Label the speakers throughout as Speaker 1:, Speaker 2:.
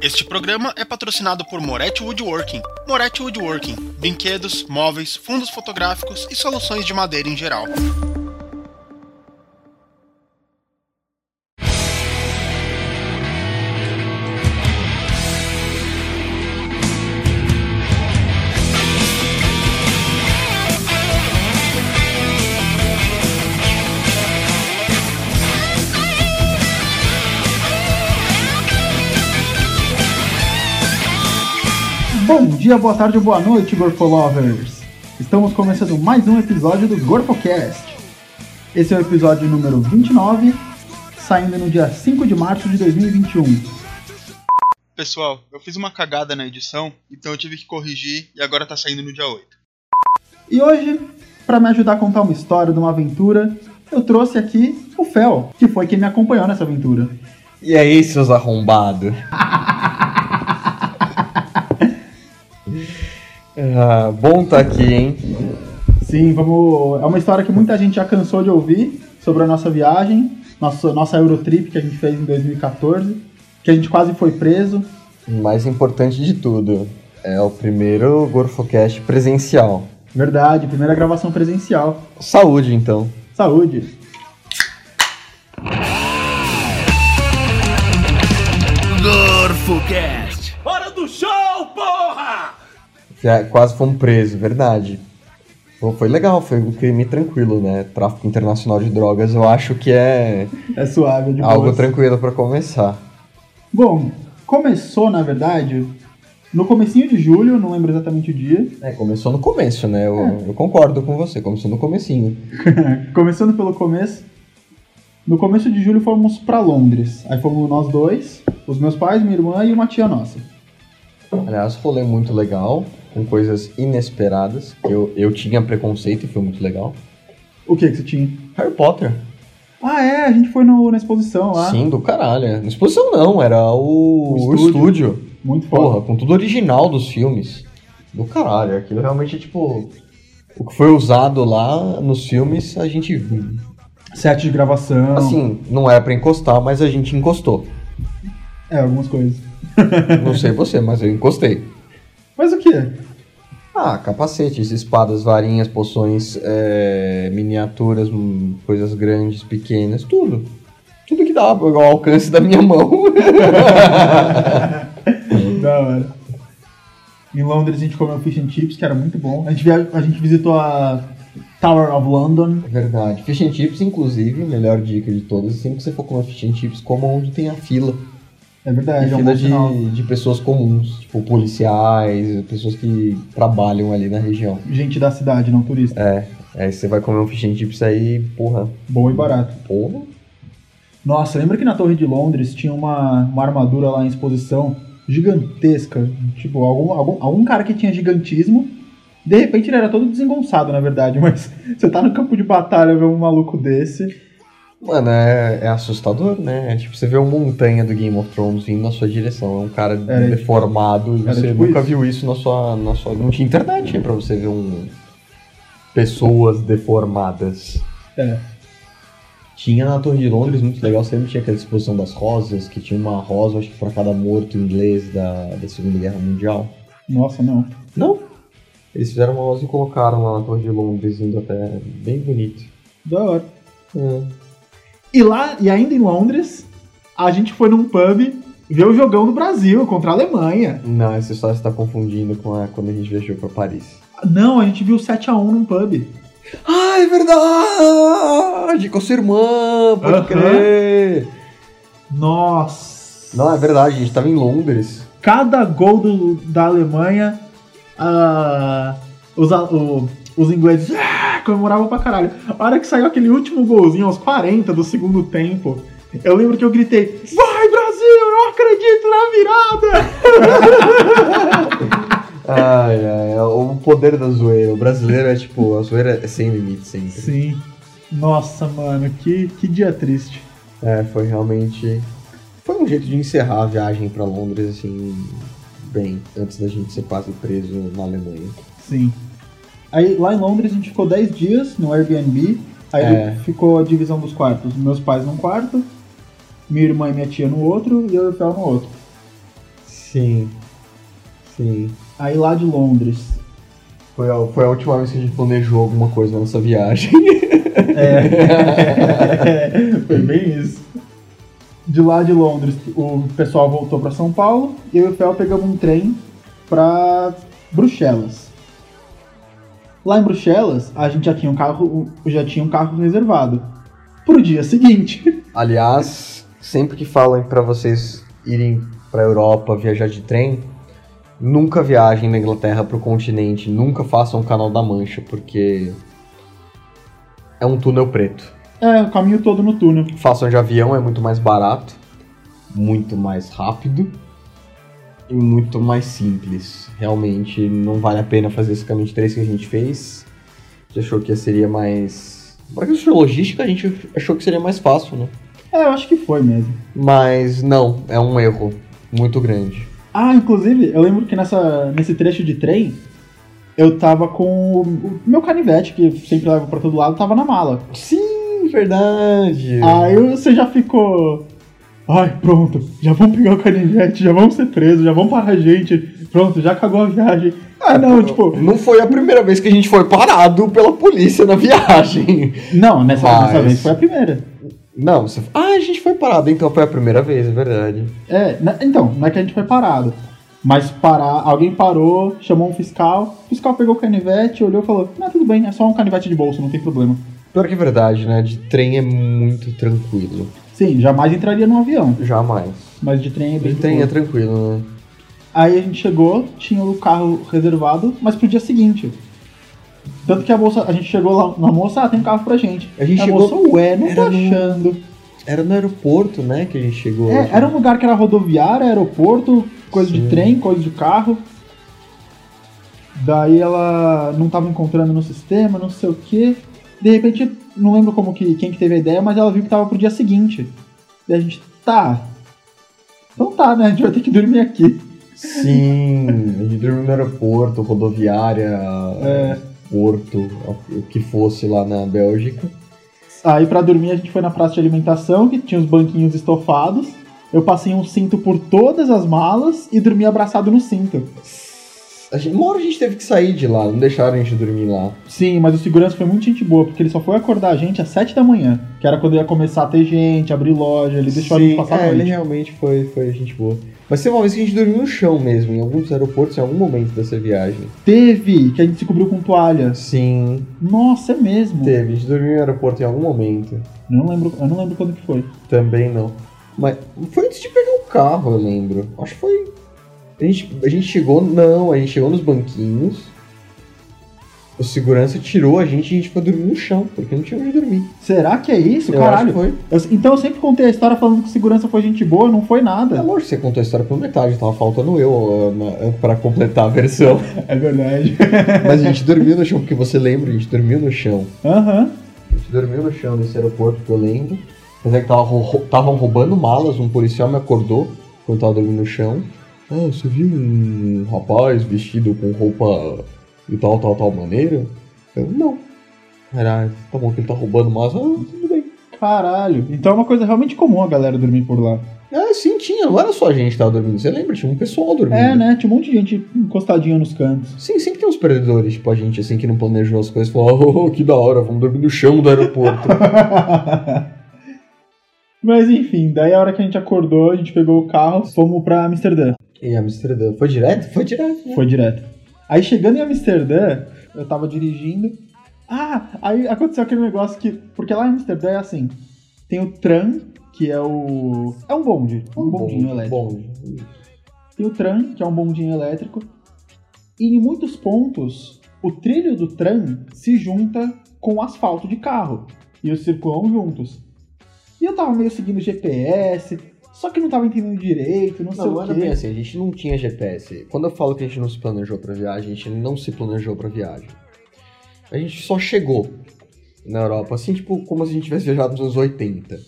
Speaker 1: Este programa é patrocinado por Moretti Woodworking. Moretti Woodworking, brinquedos, móveis, fundos fotográficos e soluções de madeira em geral.
Speaker 2: Bom dia, boa tarde, boa noite, Gorpo Lovers! Estamos começando mais um episódio do GorpoCast. Esse é o episódio número 29, saindo no dia 5 de março de 2021.
Speaker 1: Pessoal, eu fiz uma cagada na edição, então eu tive que corrigir e agora tá saindo no dia 8.
Speaker 2: E hoje, para me ajudar a contar uma história de uma aventura, eu trouxe aqui o Fel, que foi quem me acompanhou nessa aventura.
Speaker 3: E aí, seus arrombados? Ah, bom tá aqui, hein?
Speaker 2: Sim, vamos. É uma história que muita gente já cansou de ouvir sobre a nossa viagem, nossa, nossa Eurotrip que a gente fez em 2014, que a gente quase foi preso.
Speaker 3: O mais importante de tudo, é o primeiro Gorfocast presencial.
Speaker 2: Verdade, primeira gravação presencial.
Speaker 3: Saúde, então.
Speaker 2: Saúde!
Speaker 3: Já quase fomos presos, verdade. Bom, foi legal, foi um crime tranquilo, né? Tráfico internacional de drogas, eu acho que é
Speaker 2: É suave, é de
Speaker 3: algo
Speaker 2: boas.
Speaker 3: tranquilo pra começar.
Speaker 2: Bom, começou, na verdade, no comecinho de julho, não lembro exatamente o dia.
Speaker 3: É, começou no começo, né? Eu,
Speaker 2: É.
Speaker 3: eu concordo com você, começou no comecinho.
Speaker 2: Começando pelo começo. No começo de julho fomos pra Londres. Aí fomos nós dois, os meus pais, minha irmã e uma tia nossa.
Speaker 3: Aliás, rolê muito legal, com coisas inesperadas, que eu, eu tinha preconceito e foi muito legal.
Speaker 2: O que que você tinha?
Speaker 3: Harry Potter.
Speaker 2: Ah, é, a gente foi no- na exposição lá.
Speaker 3: Sim, do caralho. é. Não exposição não, era o,
Speaker 2: O
Speaker 3: o
Speaker 2: estúdio.
Speaker 3: estúdio.
Speaker 2: Muito foda.
Speaker 3: Porra, com tudo original dos filmes. Do caralho, aquilo realmente, tipo... O que foi usado lá nos filmes, a gente...
Speaker 2: Set de gravação.
Speaker 3: Assim, não é pra encostar, mas a gente encostou.
Speaker 2: É, algumas coisas.
Speaker 3: Não sei você, mas eu encostei.
Speaker 2: Mas o que?
Speaker 3: Ah, capacetes, espadas, varinhas, poções, é, miniaturas, hum, coisas grandes, pequenas, tudo. Tudo que dá ao alcance da minha mão.
Speaker 2: da hora. Em Londres a gente comeu fish and chips, que era muito bom. A gente, via... a gente visitou a Tower of London.
Speaker 3: É Verdade. Fish and chips, inclusive, melhor dica de todas, sempre que você for comer fish and chips, coma onde tem a fila.
Speaker 2: É verdade,
Speaker 3: e
Speaker 2: é um
Speaker 3: fila
Speaker 2: bom sinal.
Speaker 3: de, de pessoas comuns, tipo policiais, pessoas que trabalham ali na região.
Speaker 2: gente da cidade, não turista.
Speaker 3: É. Aí você vai comer um fish and chips aí, porra,
Speaker 2: Bom e barato.
Speaker 3: porra.
Speaker 2: Nossa, lembra que na Torre de Londres tinha uma, uma armadura lá em exposição gigantesca? Tipo, algum, algum, algum cara que tinha gigantismo. De repente ele era todo desengonçado, na verdade, mas você tá no campo de batalha ver um maluco desse.
Speaker 3: Mano, é, é assustador, né? É tipo, você vê uma montanha do Game of Thrones vindo na sua direção. É um cara
Speaker 2: Era
Speaker 3: deformado e
Speaker 2: era
Speaker 3: você
Speaker 2: tipo
Speaker 3: nunca
Speaker 2: isso.
Speaker 3: viu isso na sua, na sua. Não tinha internet né, pra você ver um. Pessoas deformadas.
Speaker 2: É.
Speaker 3: Tinha na Torre de Londres, muito legal, sempre tinha aquela exposição das rosas, que tinha uma rosa, acho que pra cada morto inglês da, da Segunda Guerra Mundial.
Speaker 2: Nossa, não.
Speaker 3: Não! Eles fizeram uma rosa e colocaram lá na Torre de Londres, indo até bem bonito.
Speaker 2: Da hora.
Speaker 3: É.
Speaker 2: E lá, e ainda em Londres, a gente foi num pub ver o jogão do Brasil contra a Alemanha.
Speaker 3: Não, essa história você tá confundindo com a, quando a gente viajou pra Paris.
Speaker 2: Não, a gente viu 7 a 1 num pub.
Speaker 3: Ah, é verdade! Com sua irmã,
Speaker 2: pode
Speaker 3: crer!
Speaker 2: Nossa.
Speaker 3: Não, é verdade, a gente tava em Londres.
Speaker 2: cada gol do- da Alemanha, ah, os, a- o- os ingleses ah, comemoravam pra caralho. A hora que saiu aquele último golzinho, aos 40 do segundo tempo, eu lembro que eu gritei: Vai Brasil, eu não acredito na virada!
Speaker 3: Ai, ai, é o poder da zoeira. O brasileiro é tipo, a zoeira é sem limite sempre.
Speaker 2: Sim. Nossa, mano, que, que dia triste.
Speaker 3: É, foi realmente. Foi um jeito de encerrar a viagem pra Londres, assim, bem, antes da gente ser quase preso na Alemanha.
Speaker 2: Sim. Aí lá em Londres a gente ficou 10 dias no Airbnb. Aí
Speaker 3: É.
Speaker 2: ficou a divisão dos quartos. Meus pais num quarto, minha irmã e minha tia no outro e eu e o Fel no outro.
Speaker 3: Sim. Sim.
Speaker 2: Aí lá de Londres.
Speaker 3: Foi a, foi a última vez que a gente planejou alguma coisa na nossa viagem.
Speaker 2: É. Foi bem isso. De lá de Londres, o pessoal voltou para São Paulo e eu e o Fel pegamos um trem para Bruxelas. Lá em Bruxelas, a gente já tinha um carro, já tinha um carro reservado pro dia seguinte.
Speaker 3: Aliás, sempre que falam para vocês irem para Europa viajar de trem, nunca viajem na Inglaterra pro continente, nunca façam o Canal da Mancha, porque é um túnel preto.
Speaker 2: É, o caminho todo no túnel.
Speaker 3: Façam de avião, é muito mais barato, muito mais rápido e muito mais simples. Realmente não vale a pena fazer esse caminho de três que a gente fez. A gente achou que seria mais. Para que de logística, a gente achou que seria mais fácil, né?
Speaker 2: É, eu acho que foi mesmo.
Speaker 3: Mas não, é um erro muito grande.
Speaker 2: Ah, inclusive, eu lembro que nessa, nesse trecho de trem, eu tava com o o meu canivete, que eu sempre levo pra todo lado, tava na mala.
Speaker 3: Sim, verdade.
Speaker 2: Aí você já ficou. Ai, pronto, já vamos pegar o canivete, já vamos ser presos, já vamos parar a gente, pronto, já cagou a viagem. Ah, não, tipo,
Speaker 3: Não foi a primeira vez que a gente foi parado pela polícia na viagem.
Speaker 2: não, nessa, nessa
Speaker 3: Mas-
Speaker 2: vez foi a primeira.
Speaker 3: Não, você. Ah, a gente foi parado, então foi a primeira vez, é verdade.
Speaker 2: É, né, então, não é que a gente foi parado. Mas parar, alguém parou, chamou um fiscal, o fiscal pegou o canivete, olhou e falou: Não, tudo bem, é só um canivete de bolso, não tem problema.
Speaker 3: Pior que é verdade, né? De trem é muito tranquilo.
Speaker 2: Sim, jamais entraria num avião,
Speaker 3: Jamais.
Speaker 2: mas de trem é bem.
Speaker 3: De trem é
Speaker 2: tranquilo.
Speaker 3: tranquilo, né?
Speaker 2: Aí a gente chegou, tinha o carro reservado, mas pro dia seguinte. Tanto que a moça, a gente chegou lá na moça, ah, tem um carro pra gente.
Speaker 3: A gente
Speaker 2: a
Speaker 3: chegou-
Speaker 2: moça, ué, não
Speaker 3: era
Speaker 2: tá
Speaker 3: no-
Speaker 2: achando.
Speaker 3: Era no aeroporto, né, que a gente chegou.
Speaker 2: É, era um lugar que era rodoviária, aeroporto, coisa
Speaker 3: Sim.
Speaker 2: de trem, coisa de carro. Daí ela não tava encontrando no sistema, não sei o quê. De repente, não lembro como que, quem que teve a ideia, mas ela viu que tava pro dia seguinte. Daí a gente, tá. Então tá, né? A gente vai ter que dormir aqui.
Speaker 3: Sim, a gente dormiu no aeroporto, rodoviária,
Speaker 2: É.
Speaker 3: porto, o que fosse lá na Bélgica.
Speaker 2: Aí pra dormir a gente foi na praça de alimentação, que tinha os banquinhos estofados. Eu passei um cinto por todas as malas e dormi abraçado no cinto.
Speaker 3: A gente, uma hora a gente teve que sair de lá, não deixaram a gente dormir lá.
Speaker 2: Sim, mas o segurança foi muito gente boa, porque ele só foi acordar a gente às 7 da manhã, que era quando ia começar a ter gente, abrir loja, ele deixou a gente passar
Speaker 3: é,
Speaker 2: a
Speaker 3: ele
Speaker 2: noite.
Speaker 3: realmente foi, foi gente boa. Mas teve uma vez que a gente dormiu no chão mesmo, em alguns aeroportos, em algum momento dessa viagem.
Speaker 2: Teve, que a gente se cobriu com toalha.
Speaker 3: Sim,
Speaker 2: Nossa, é mesmo.
Speaker 3: teve. A gente dormiu no aeroporto em algum momento.
Speaker 2: Não lembro, eu não lembro quando que foi.
Speaker 3: Também não. Mas foi antes de pegar o carro, eu lembro. Acho que foi. A gente, a gente chegou. Não, a gente chegou nos banquinhos. O segurança tirou a gente e a gente foi dormir no chão, porque não tinha onde dormir.
Speaker 2: Será que é isso?
Speaker 3: Eu acho
Speaker 2: Caralho.
Speaker 3: que foi.
Speaker 2: Eu- então eu sempre contei a história falando que o segurança foi gente boa, não foi
Speaker 3: É
Speaker 2: nada.
Speaker 3: lógico que você contou a história por metade, tava faltando eu eh, na- pra completar a versão.
Speaker 2: É verdade.
Speaker 3: Mas a gente dormiu no chão, porque você lembra, a gente dormiu no chão.
Speaker 2: Aham.
Speaker 3: A gente dormiu no chão nesse aeroporto que eu lembro. Apesar que estavam roubando malas, um policial me acordou quando eu tava dormindo no chão. Ah, você viu um rapaz vestido com roupa de tal, tal, tal maneira? Eu, não. Era, tá bom que ele tá roubando malas. Ah, tudo bem.
Speaker 2: Caralho. Então é uma coisa realmente comum a galera dormir por lá.
Speaker 3: Ah, sim, tinha. Não era só a gente que tava dormindo. Você lembra? Tinha um pessoal dormindo.
Speaker 2: É, né? Tinha um monte de gente encostadinha nos cantos.
Speaker 3: Sim, sempre tem uns perdedores, tipo a gente, assim, que não planejou as coisas. Falou, oh, que da hora, vamos dormir no chão do aeroporto.
Speaker 2: Mas enfim, daí a hora que a gente acordou, a gente pegou o carro, fomos pra Amsterdã.
Speaker 3: e Amsterdã, foi direto? Foi direto, né?
Speaker 2: Foi direto. Aí chegando em Amsterdã, eu tava dirigindo. Ah, aí aconteceu aquele negócio que. Porque lá em Amsterdã é assim: tem o tram, que é o. É um bonde. Um bondinho elétrico.
Speaker 3: Bonde.
Speaker 2: Tem o tram, que é um bondinho elétrico. E em muitos pontos, o trilho do tram se junta com o asfalto de carro. E eles circulam juntos. E eu tava meio seguindo o GPS, só que não tava entendendo direito, não, sei
Speaker 3: Não,
Speaker 2: o
Speaker 3: mas
Speaker 2: quê.
Speaker 3: era bem assim, a gente não tinha GPS. Quando eu falo que a gente não se planejou pra viagem, a gente não se planejou pra viagem. A gente só chegou na Europa, assim, tipo, como se a gente tivesse viajado nos anos 80.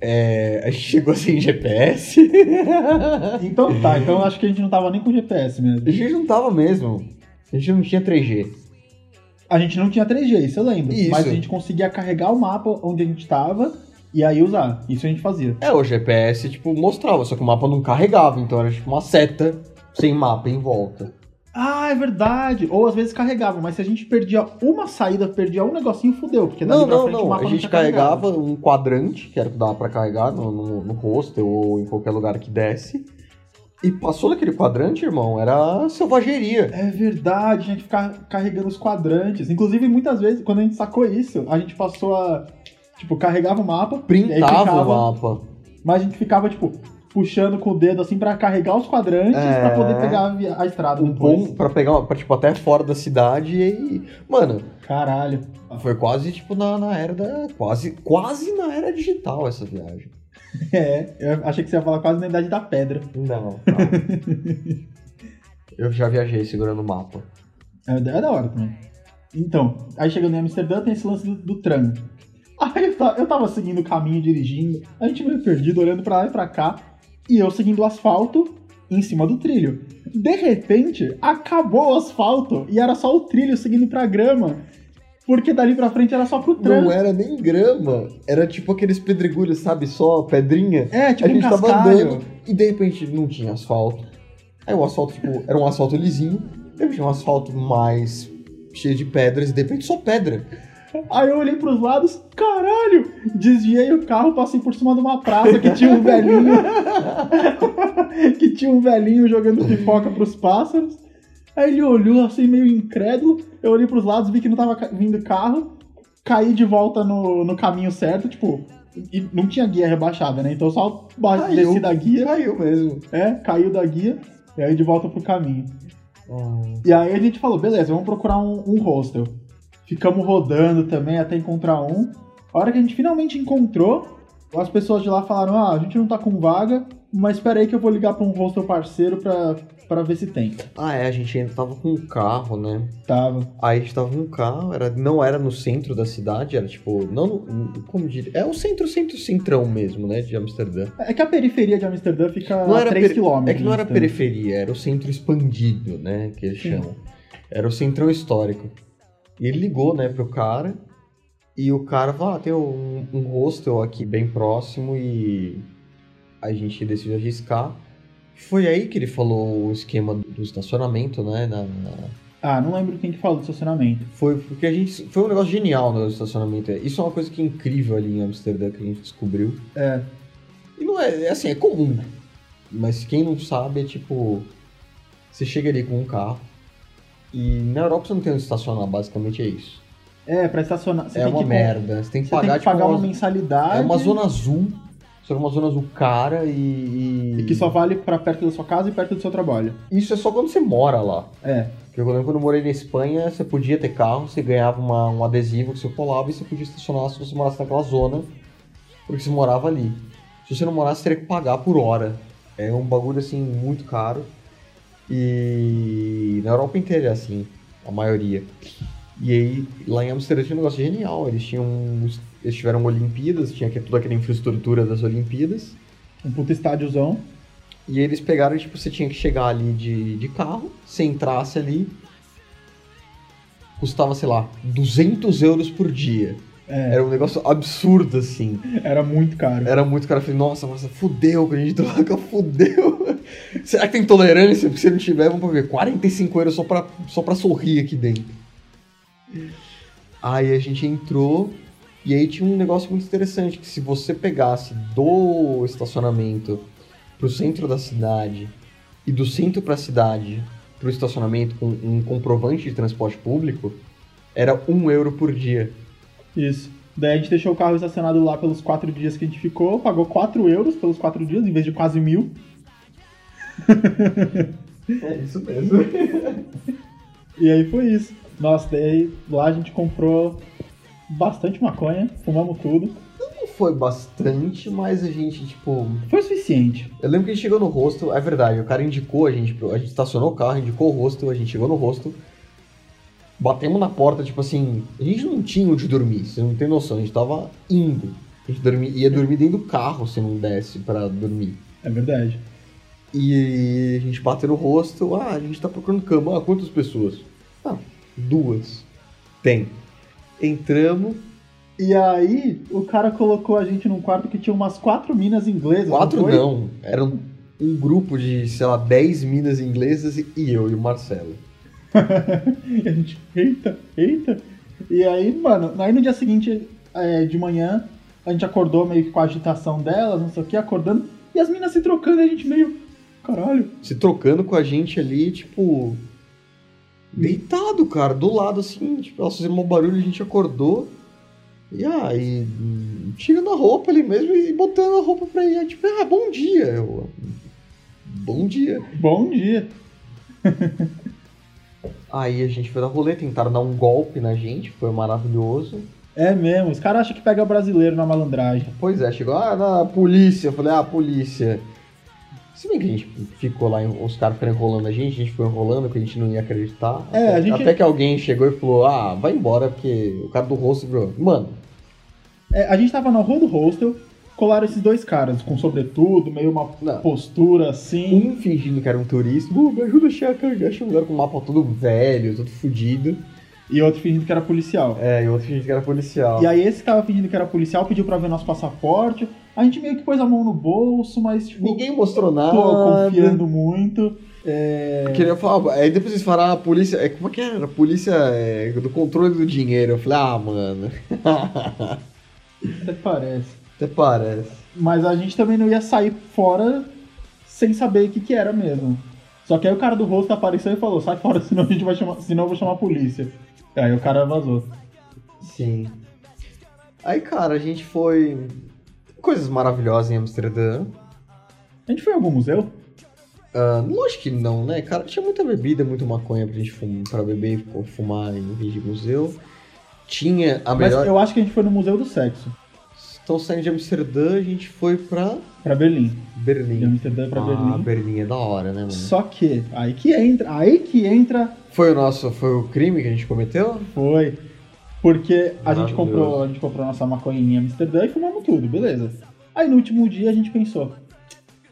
Speaker 3: É, a gente chegou sem GPS. a
Speaker 2: Então tá, então eu acho que a gente não tava nem com GPS mesmo.
Speaker 3: gente não tava mesmo. A gente não tinha 3G.
Speaker 2: A gente não tinha 3G, isso eu lembro.
Speaker 3: Isso.
Speaker 2: Mas a gente conseguia carregar o mapa onde a gente tava e aí usar. Isso a gente fazia.
Speaker 3: É, o GPS, tipo, mostrava, só que o mapa não carregava, então era tipo uma seta sem mapa em volta.
Speaker 2: Ah, é verdade. Ou às vezes carregava, mas se a gente perdia uma saída, perdia um negocinho, fudeu. Porque dali
Speaker 3: Não,
Speaker 2: pra
Speaker 3: não,
Speaker 2: frente o
Speaker 3: não.
Speaker 2: mapa
Speaker 3: A gente
Speaker 2: tinha
Speaker 3: carregava
Speaker 2: carregado.
Speaker 3: um quadrante, que era o que dava pra carregar no, no, no hostel ou em qualquer lugar que desse. E passou daquele quadrante, irmão, era selvageria.
Speaker 2: É verdade, a gente ficava carregando os quadrantes. Inclusive, muitas vezes, quando a gente sacou isso, a gente passou a. Tipo, carregava o mapa, e aí
Speaker 3: Printava
Speaker 2: ficava,
Speaker 3: o mapa.
Speaker 2: mas a gente ficava, tipo, puxando com o dedo assim pra carregar os quadrantes
Speaker 3: É.
Speaker 2: pra poder pegar a, via- a estrada
Speaker 3: O
Speaker 2: depois.
Speaker 3: um bom pra pegar, uma- pra, tipo, até fora da cidade e. Mano,
Speaker 2: Caralho.
Speaker 3: foi quase, tipo, na, na era da. Quase, quase na era digital essa viagem.
Speaker 2: É, eu achei que você ia falar quase na idade da pedra.
Speaker 3: Não, não. Eu já viajei segurando o mapa.
Speaker 2: É, é da hora também. Então, aí chegando em Amsterdã tem esse lance do, do tram. Aí eu, ta- eu tava seguindo o caminho, dirigindo, a gente meio perdido, olhando pra lá e pra cá, e eu seguindo o asfalto em cima do trilho. De repente, acabou o asfalto e era só o trilho seguindo pra grama, porque dali pra frente era só pro tram.
Speaker 3: Não é? era nem grama, era tipo aqueles pedregulhos, sabe? Só pedrinha.
Speaker 2: É, tipo
Speaker 3: a gente
Speaker 2: um
Speaker 3: tava
Speaker 2: cascalho.
Speaker 3: andando e de repente não tinha asfalto. Aí o asfalto, tipo, era um asfalto lisinho, eu tinha um asfalto mais cheio de pedras e de repente só pedra.
Speaker 2: Aí eu olhei pros lados, caralho! Desviei o carro, passei por cima de uma praça que tinha um velhinho. que tinha um velhinho jogando pipoca pros pássaros. Aí ele olhou assim, meio incrédulo. Eu olhei pros lados, vi que não tava ca- vindo carro. Caí de volta no, no caminho certo, tipo. E não tinha guia rebaixada, né? Então eu só ba-
Speaker 3: Caiu.
Speaker 2: desci da
Speaker 3: Ah, E
Speaker 2: guia.
Speaker 3: caiu mesmo.
Speaker 2: É, caiu da guia. E aí de volta pro caminho. E aí a gente falou, beleza, vamos procurar um, um hostel. Ficamos rodando também até encontrar um. A hora que a gente finalmente encontrou, as pessoas de lá falaram, ah, a gente não tá com vaga, mas espera aí que eu vou ligar pra um hostel parceiro pra, pra ver se tem.
Speaker 3: Ah, é, a gente ainda tava com um carro, né?
Speaker 2: Tava.
Speaker 3: Aí a gente tava num carro, era, não era no centro da cidade, era tipo, não, no- como diria, é o centro, centro, centrão mesmo, né, de Amsterdã.
Speaker 2: É que a periferia de Amsterdã fica
Speaker 3: Não
Speaker 2: a
Speaker 3: era
Speaker 2: 3
Speaker 3: peri-
Speaker 2: km.
Speaker 3: É que não era
Speaker 2: então.
Speaker 3: periferia, era o centro expandido, né? Que eles
Speaker 2: Sim.
Speaker 3: chamam. Era o centrão histórico. E ele ligou, né, pro cara. E o cara falou: ah, tem um, um hostel aqui bem próximo e a gente decidiu arriscar. Foi aí que ele falou o esquema do estacionamento, né? na- na-
Speaker 2: Ah, não lembro quem que falou do estacionamento.
Speaker 3: Foi porque a gente. Foi um negócio genial no estacionamento. Isso é uma coisa que é incrível ali em Amsterdã que a gente descobriu.
Speaker 2: É,
Speaker 3: E não é, é assim, é comum. Mas quem não sabe é tipo. Você chega ali com um carro. E na Europa você não tem onde estacionar, basicamente é isso.
Speaker 2: é pra estacionar. Você
Speaker 3: é
Speaker 2: tem
Speaker 3: uma
Speaker 2: que,
Speaker 3: merda. Você tem que
Speaker 2: Você tem
Speaker 3: pagar,
Speaker 2: que pagar
Speaker 3: tipo,
Speaker 2: uma
Speaker 3: uma,
Speaker 2: mensalidade.
Speaker 3: é uma zona azul. Só que é uma zona azul cara e. e-
Speaker 2: e É Que só vale pra perto da sua casa e perto do seu trabalho.
Speaker 3: Isso é só quando você mora lá.
Speaker 2: É.
Speaker 3: Porque eu lembro quando eu morei na Espanha, você podia ter carro, você ganhava uma- um adesivo que você colava e você podia estacionar se você morasse naquela zona, porque você morava ali. Se você não morasse, teria que pagar por hora. É um bagulho assim muito caro. E na Europa inteira é assim, a maioria. E aí, lá em Amsterdã tinha um negócio genial. Eles tinham. uns- Eles tiveram Olimpíadas, tinha que- toda aquela infraestrutura das Olimpíadas.
Speaker 2: Um puta estádiozão.
Speaker 3: E eles pegaram, tipo, você tinha que chegar ali de, de carro, você entrasse ali, custava, sei lá, 200 euros por dia.
Speaker 2: É.
Speaker 3: Era um negócio absurdo, assim.
Speaker 2: Era muito caro.
Speaker 3: Era muito cara, eu falei, nossa, nossa, fudeu, pra gente troca, fudeu. Será que tem tolerância? Porque se não tiver, vamos ver, 45 euros só pra, só pra sorrir aqui dentro. Aí a gente entrou, e aí tinha um negócio muito interessante, que se você pegasse do estacionamento pro centro da cidade, e do centro pra cidade pro estacionamento com um comprovante de transporte público, era um euro por dia.
Speaker 2: Isso. Daí a gente deixou o carro estacionado lá pelos quatro dias que a gente ficou, pagou 4 euros pelos quatro dias, em vez de quase mil.
Speaker 3: É isso mesmo.
Speaker 2: E aí foi isso. Nossa, daí lá a gente comprou bastante maconha, fumamos tudo.
Speaker 3: Foi bastante, mas a gente, tipo.
Speaker 2: Foi o suficiente.
Speaker 3: Eu lembro que a gente chegou no hostel, é verdade, o cara indicou a gente, pro- a gente estacionou o carro, indicou o hostel, a gente chegou no hostel, batemos na porta, tipo assim, a gente não tinha onde dormir, você não tem noção, a gente tava indo. A gente dormia, ia dormir dentro do carro se não desse pra dormir.
Speaker 2: É verdade.
Speaker 3: E a gente bateu no hostel, ah, a gente tá procurando cama, ah, quantas pessoas? Ah, duas. Tem. Entramos,
Speaker 2: E aí, o cara colocou a gente num quarto que tinha umas quatro minas inglesas.
Speaker 3: Quatro
Speaker 2: foi?
Speaker 3: não, era um, um grupo de, sei lá, 10 minas inglesas e e eu e o Marcelo.
Speaker 2: E a gente, eita, eita. E aí, mano, aí no dia seguinte, é, de manhã, a gente acordou meio que com a agitação delas, não sei o que, acordando. E as minas se trocando e a gente meio, caralho.
Speaker 3: Se trocando com a gente ali, tipo. Deitado, cara, do lado assim, tipo, elas fizeram um barulho, a gente acordou. E aí, hum, tirando a roupa ali mesmo e botando a roupa pra ir. Tipo, ah, bom dia. Eu, bom dia.
Speaker 2: Bom dia.
Speaker 3: Aí a gente foi dar rolê, tentaram dar um golpe na gente, foi maravilhoso.
Speaker 2: É mesmo, os caras acham que pega brasileiro na malandragem.
Speaker 3: Pois é, chegou, ah, na polícia. Eu falei, ah, polícia. Se bem que a gente ficou lá, os caras ficaram enrolando a gente, a gente foi enrolando, que a gente não ia acreditar.
Speaker 2: É,
Speaker 3: até,
Speaker 2: a gente-
Speaker 3: até que alguém chegou e falou, ah, vai embora, porque o cara do rosto virou, mano,
Speaker 2: É, a gente tava na rua do hostel, colaram esses dois caras com sobretudo, meio uma
Speaker 3: Não.
Speaker 2: postura assim.
Speaker 3: um fingindo que era um turista, "Ô, me ajuda a achar, cara, achei um lugar com o mapa todo velho, todo fudido.
Speaker 2: E outro fingindo que era policial.
Speaker 3: É, e outro fingindo que era policial.
Speaker 2: E aí esse que tava fingindo que era policial pediu pra ver nosso passaporte. A gente meio que pôs a mão no bolso, mas tipo,
Speaker 3: Ninguém mostrou
Speaker 2: tô
Speaker 3: nada.
Speaker 2: confiando muito. É,
Speaker 3: Eu Queria falar, aí depois eles falaram, ah, polícia, é, como é que era? A Polícia é, do controle do dinheiro. Eu falei, ah, mano,
Speaker 2: Até que parece.
Speaker 3: até parece.
Speaker 2: Mas a gente também não ia sair fora sem saber o que, que era mesmo. Só que aí o cara do rosto apareceu e falou, sai fora, senão a gente vai chamar. Senão eu vou chamar a polícia. Aí o cara vazou.
Speaker 3: Sim. Aí, cara, a gente foi. Coisas maravilhosas em Amsterdã.
Speaker 2: A gente foi em algum museu?
Speaker 3: Ah, lógico que não, né? Cara, tinha muita bebida, muito maconha pra gente fumar, pra beber e fu- fumar em vez de museu. Tinha a
Speaker 2: Mas
Speaker 3: melhor.
Speaker 2: eu acho que a gente foi no Museu do Sexo,
Speaker 3: Então, saindo de Amsterdã, a gente foi pra
Speaker 2: pra Berlim. De
Speaker 3: Berlim.
Speaker 2: Amsterdã pra
Speaker 3: Ah,
Speaker 2: Berlim.
Speaker 3: Berlim é da hora, né, mano?
Speaker 2: Só que aí que entra, aí que entra
Speaker 3: Foi o nosso. Foi o crime que a gente cometeu?
Speaker 2: foi. Porque a gente
Speaker 3: Maravilhoso.
Speaker 2: comprou, a gente comprou nossa maconhinha em Amsterdã e fumamos tudo, beleza. Aí no último dia a gente pensou,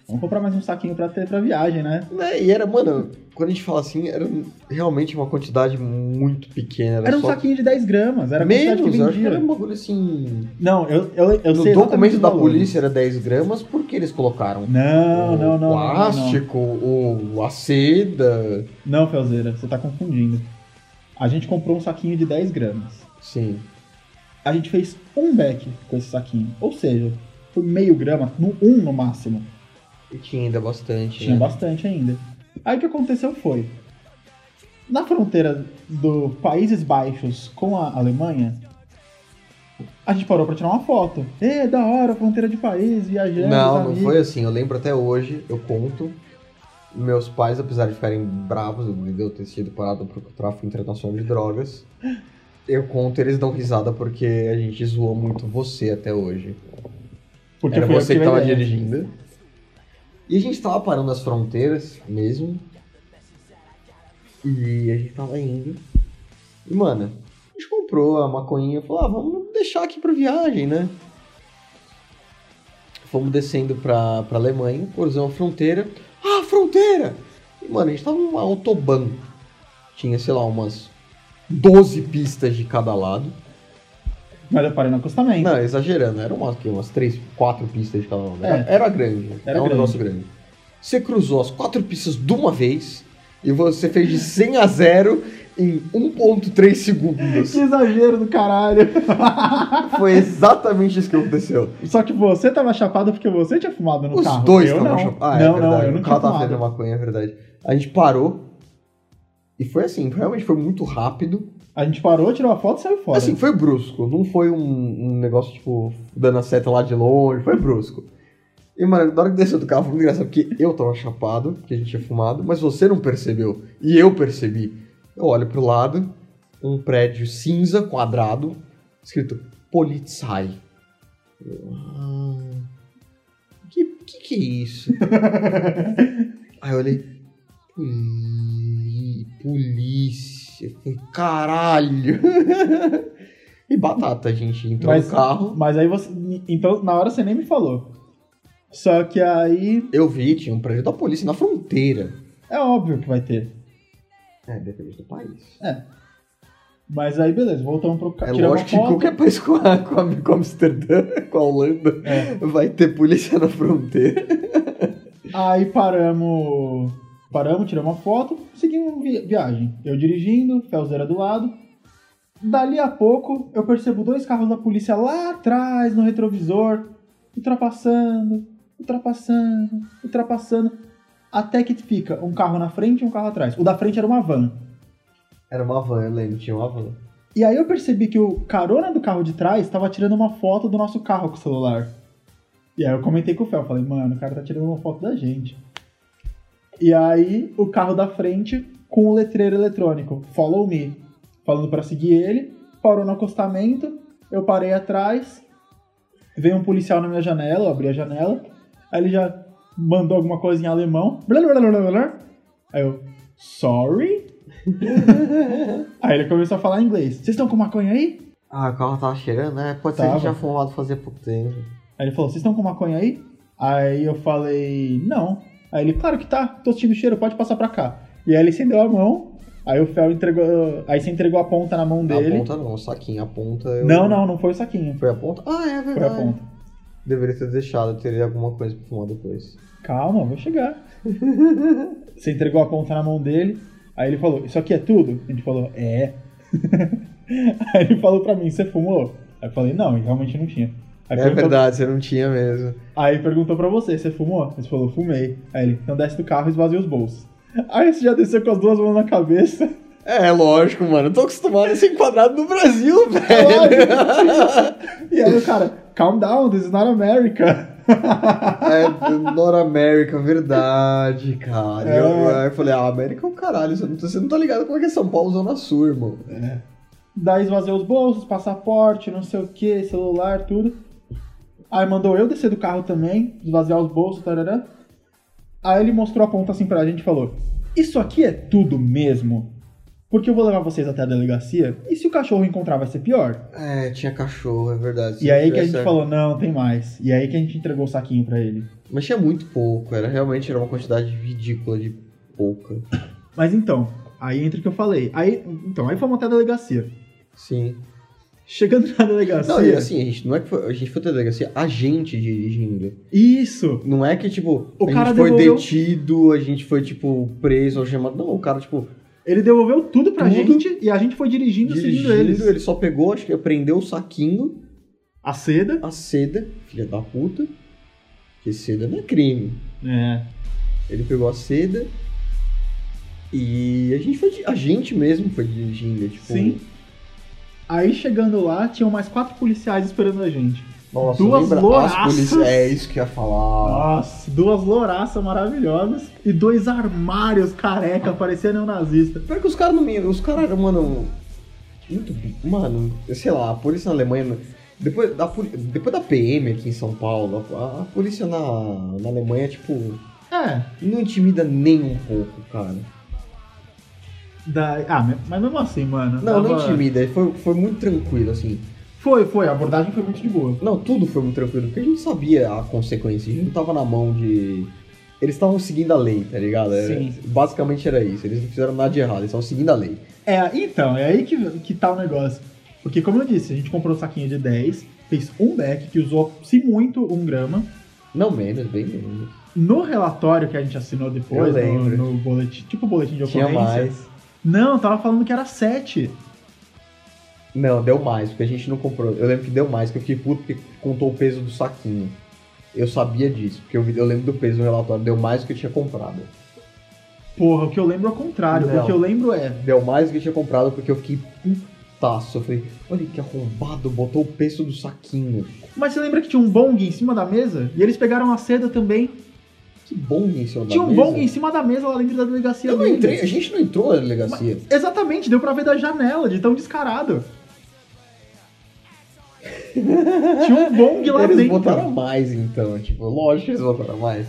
Speaker 2: vamos comprar mais um saquinho pra ter pra viagem, né?
Speaker 3: Né? E era, mano, quando a gente fala assim, era realmente uma quantidade muito pequena. Era,
Speaker 2: Era um
Speaker 3: só
Speaker 2: saquinho de 10 gramas, era a quantidade
Speaker 3: menos,
Speaker 2: que
Speaker 3: eu acho que
Speaker 2: vendia.
Speaker 3: era um bagulho assim.
Speaker 2: Não, eu, eu, eu
Speaker 3: No
Speaker 2: sei exatamente
Speaker 3: documento
Speaker 2: o
Speaker 3: da
Speaker 2: valor.
Speaker 3: polícia era 10 gramas, porque eles colocaram
Speaker 2: Não,
Speaker 3: o
Speaker 2: não, não, não. não, não.
Speaker 3: plástico, o, a seda.
Speaker 2: Não, Felzeira, você tá confundindo. A gente comprou um saquinho de 10 gramas.
Speaker 3: Sim.
Speaker 2: a gente fez um back com esse saquinho. Ou seja, foi meio grama, no, um no máximo.
Speaker 3: E tinha ainda bastante.
Speaker 2: Tinha
Speaker 3: né?
Speaker 2: bastante ainda. Aí o que aconteceu foi. Na fronteira do Países Baixos com a Alemanha, a gente parou pra tirar uma foto. Ê, da hora, fronteira de país, viajando.
Speaker 3: Não, não
Speaker 2: amigos.
Speaker 3: foi assim. Eu lembro até hoje, eu conto. Meus pais, apesar de ficarem bravos de eu ter sido parado por tráfico internacional de drogas, eu conto eles dão risada porque a gente zoou muito você até hoje.
Speaker 2: Porque
Speaker 3: Era
Speaker 2: foi eu
Speaker 3: você que
Speaker 2: tive a
Speaker 3: tava
Speaker 2: ideia.
Speaker 3: dirigindo. E a gente tava parando nas fronteiras mesmo. E a gente tava indo. E, mano, a gente comprou a maconhinha e falou, ah, vamos deixar aqui pra viagem, né? Fomos descendo pra, pra Alemanha, cruzamos a fronteira. Ah, fronteira! E, mano, a gente tava numa autobahn. Tinha, sei lá, umas 12 pistas de cada lado.
Speaker 2: Mas eu parei no acostamento.
Speaker 3: Não, exagerando, eram umas, que, umas três, quatro pistas de cada lado. Era,
Speaker 2: É.
Speaker 3: era grande, era, um
Speaker 2: grande.
Speaker 3: negócio grande. Você cruzou as quatro pistas de uma vez e você fez de 100 a 0 em 1.3 segundos.
Speaker 2: Que exagero do caralho.
Speaker 3: Foi exatamente isso que aconteceu.
Speaker 2: Só que você tava chapado porque você tinha fumado no
Speaker 3: Os
Speaker 2: carro.
Speaker 3: dois
Speaker 2: eu não.
Speaker 3: estavam chapados. Ah, é
Speaker 2: não,
Speaker 3: verdade.
Speaker 2: não, eu não tinha
Speaker 3: o carro tava
Speaker 2: fumado.
Speaker 3: fazendo maconha, é verdade. A gente parou e foi assim, realmente foi muito rápido.
Speaker 2: A gente parou, tirou a foto e saiu fora.
Speaker 3: Assim, foi brusco. Não foi um, um negócio, tipo, dando a seta lá de longe. Foi brusco. E, mano, na hora que desceu do carro foi muito engraçado, porque eu tava chapado, porque a gente tinha fumado, mas você não percebeu. E eu percebi. Eu olho pro lado, um prédio cinza, quadrado, escrito Polizei. Eu, ah, que, que que é isso? Aí eu olhei, poli, polícia. Eu falei, caralho. e batata, a gente entrou
Speaker 2: Mas-
Speaker 3: no carro.
Speaker 2: Mas aí você. Então, na hora você nem me falou. Só que aí
Speaker 3: Eu vi, tinha um prédio da polícia na fronteira.
Speaker 2: é óbvio que vai ter.
Speaker 3: É, depende do país.
Speaker 2: Mas aí, beleza, voltamos pro
Speaker 3: É
Speaker 2: carro.
Speaker 3: lógico que qualquer país com a, com a, com a Amsterdã, com a Holanda,
Speaker 2: É.
Speaker 3: vai ter polícia na fronteira.
Speaker 2: Aí paramos. Paramos, tiramos uma foto, seguimos vi- viagem. Eu dirigindo, Felzeira do lado. Dali a pouco, eu percebo dois carros da polícia lá atrás, no retrovisor, ultrapassando, ultrapassando, ultrapassando. Até que fica um carro na frente e um carro atrás. O da frente era uma van.
Speaker 3: Era uma van, eu lembro, tinha uma van.
Speaker 2: E aí eu percebi que o carona do carro de trás tava tirando uma foto do nosso carro com o celular. E aí eu comentei com o Fel, falei, mano, o cara tá tirando uma foto da gente. E aí o carro da frente com o letreiro eletrônico, follow me, falando pra seguir ele, parou no acostamento, eu parei atrás, veio um policial na minha janela, eu abri a janela, aí ele já mandou alguma coisa em alemão, blá, blá, blá, blá, blá. aí eu, sorry? Aí ele começou a falar inglês. Vocês estão com maconha aí?
Speaker 3: Ah, o carro tava cheirando, né? Pode ser
Speaker 2: Tava.
Speaker 3: que já fumado fazia pouco tempo.
Speaker 2: Aí ele falou, vocês estão com maconha aí? Aí eu falei, não. Aí ele, claro que tá, tô sentindo cheiro, pode passar pra cá. E aí ele estendeu a mão, aí o Fel entregou. Aí você entregou a ponta na mão
Speaker 3: A
Speaker 2: Um dele.
Speaker 3: ponta não, o saquinho, a ponta eu...
Speaker 2: Não, não, não foi o saquinho.
Speaker 3: Foi a ponta? Ah, é
Speaker 2: Foi a
Speaker 3: verdade.
Speaker 2: ponta.
Speaker 3: Deveria ter deixado, eu teria alguma coisa pra fumar depois.
Speaker 2: Calma, vou chegar. você entregou a ponta na mão dele. Aí ele falou, isso aqui é tudo? A gente falou, é. aí ele falou pra mim, você fumou? Aí eu falei, não, e realmente não tinha. Aí
Speaker 3: é
Speaker 2: perguntou-
Speaker 3: verdade, você não tinha mesmo.
Speaker 2: Aí perguntou pra você, você fumou? Você falou, fumei. Aí ele, então desce do carro e esvazia os bolsos. Aí você já desceu com as duas mãos na cabeça.
Speaker 3: É, lógico, mano. Eu tô acostumado a ser enquadrado no Brasil, velho.
Speaker 2: Lógico. E aí o cara, calm down, this is not America.
Speaker 3: é, North America, verdade, cara.
Speaker 2: É.
Speaker 3: Eu, eu falei, ah, América é um caralho. Você não, tá- você não tá ligado como é que é São Paulo zona sul, irmão.
Speaker 2: Daí esvaziou os bolsos, passaporte, não sei o que, celular, tudo. Aí mandou eu descer do carro também, esvaziar os bolsos, tarará. Aí ele mostrou a ponta assim pra gente e falou: Isso aqui é tudo mesmo. Porque eu vou levar vocês até a delegacia. E se o cachorro encontrar, vai ser pior.
Speaker 3: É, tinha cachorro, é verdade. Se
Speaker 2: E aí
Speaker 3: não
Speaker 2: que a gente
Speaker 3: tivesse-
Speaker 2: falou, não, tem mais. E aí que a gente entregou o saquinho pra ele.
Speaker 3: Mas tinha muito pouco, era realmente era uma quantidade ridícula de pouca.
Speaker 2: Mas então, aí entra o que eu falei. Aí, então, aí fomos até a delegacia.
Speaker 3: Sim.
Speaker 2: Chegando na delegacia.
Speaker 3: Não, e assim, a gente não é que foi, a gente foi até a delegacia, a gente dirigindo.
Speaker 2: Isso!
Speaker 3: Não é que, tipo,
Speaker 2: O
Speaker 3: a
Speaker 2: cara
Speaker 3: gente foi
Speaker 2: devolveu-
Speaker 3: detido, a gente foi, tipo, preso ou chamado. Não, o cara, tipo,
Speaker 2: Ele devolveu tudo pra
Speaker 3: Tudo.
Speaker 2: gente e a gente foi dirigindo,
Speaker 3: dirigindo,
Speaker 2: seguindo eles.
Speaker 3: ele só pegou, acho que prendeu o saquinho,
Speaker 2: A seda.
Speaker 3: a seda, filha da puta. Que seda não é crime.
Speaker 2: É.
Speaker 3: Ele pegou a seda e a gente foi. di- A gente mesmo foi dirigindo, tipo.
Speaker 2: Sim. Aí chegando lá, tinham mais quatro policiais esperando a gente.
Speaker 3: Nossa,
Speaker 2: Duas
Speaker 3: lembra
Speaker 2: louraças.
Speaker 3: as polícias. É isso que eu ia falar.
Speaker 2: Nossa, duas louraças maravilhosas e dois armários careca, parecendo um nazista.
Speaker 3: Pior que os caras não me. Os caras, mano. Muito. bi- Mano, eu sei lá, a polícia na Alemanha. não- Depois da, poli- depois da PM aqui em São Paulo, a, a polícia na, na Alemanha, tipo,
Speaker 2: É.
Speaker 3: não intimida nem um pouco, cara.
Speaker 2: Daí, ah, mas mesmo assim, mano.
Speaker 3: Não, não
Speaker 2: tava-
Speaker 3: intimida, foi, foi muito tranquilo, assim.
Speaker 2: Foi, foi. A abordagem foi muito de boa.
Speaker 3: Não, tudo foi muito tranquilo, porque a gente sabia a consequência, a gente não tava na mão de. Eles estavam seguindo a lei, tá ligado? Era-
Speaker 2: Sim.
Speaker 3: Basicamente era isso, eles não fizeram nada de errado, eles estavam seguindo a lei.
Speaker 2: É, então, é aí que, que tá o negócio. Porque, como eu disse, a gente comprou um saquinho de 10, fez um back que usou, se muito, um grama.
Speaker 3: Não menos, bem menos.
Speaker 2: No relatório que a gente assinou depois,
Speaker 3: Eu
Speaker 2: no,
Speaker 3: lembro.
Speaker 2: no boletim, tipo boletim de
Speaker 3: Tinha
Speaker 2: ocorrência.
Speaker 3: mais.
Speaker 2: Não, tava falando que era 7.
Speaker 3: Não, deu mais, porque a gente não comprou. Eu lembro que deu mais, que eu fiquei puto porque contou o peso do saquinho. Eu sabia disso, porque eu, vi- eu lembro do peso no relatório, deu mais do que eu tinha comprado.
Speaker 2: Porra, o que eu lembro é o contrário.
Speaker 3: Não.
Speaker 2: O que eu lembro é.
Speaker 3: Deu mais do que eu tinha comprado porque eu fiquei putaço. Eu falei, olha que arrombado, botou o peso do saquinho.
Speaker 2: Mas você lembra que tinha um bong em cima da mesa? E eles pegaram a seda também.
Speaker 3: Que bom em cima da
Speaker 2: tinha um
Speaker 3: mesa.
Speaker 2: bong em cima da mesa lá dentro da delegacia.
Speaker 3: Eu não
Speaker 2: deles.
Speaker 3: entrei, a gente não entrou na delegacia.
Speaker 2: Exatamente, deu pra ver da janela, de tão descarado. Tinha um bong lá
Speaker 3: Então, Eles
Speaker 2: dentro.
Speaker 3: botaram a mais, então. Tipo, lógico que eles botaram a mais.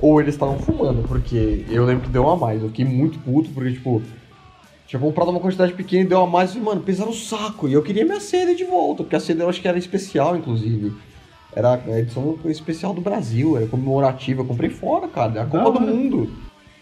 Speaker 3: Ou eles estavam fumando, porque eu lembro que deu a mais. Eu fiquei muito puto, porque, tipo, tinha comprado uma quantidade pequena e deu a mais. E, mano, pesaram o saco. E eu queria minha seda de volta, porque a seda eu acho que era especial, inclusive. Era a edição especial do Brasil, era comemorativa. Eu comprei fora, cara. É a
Speaker 2: Da
Speaker 3: Copa do
Speaker 2: hora.
Speaker 3: Mundo.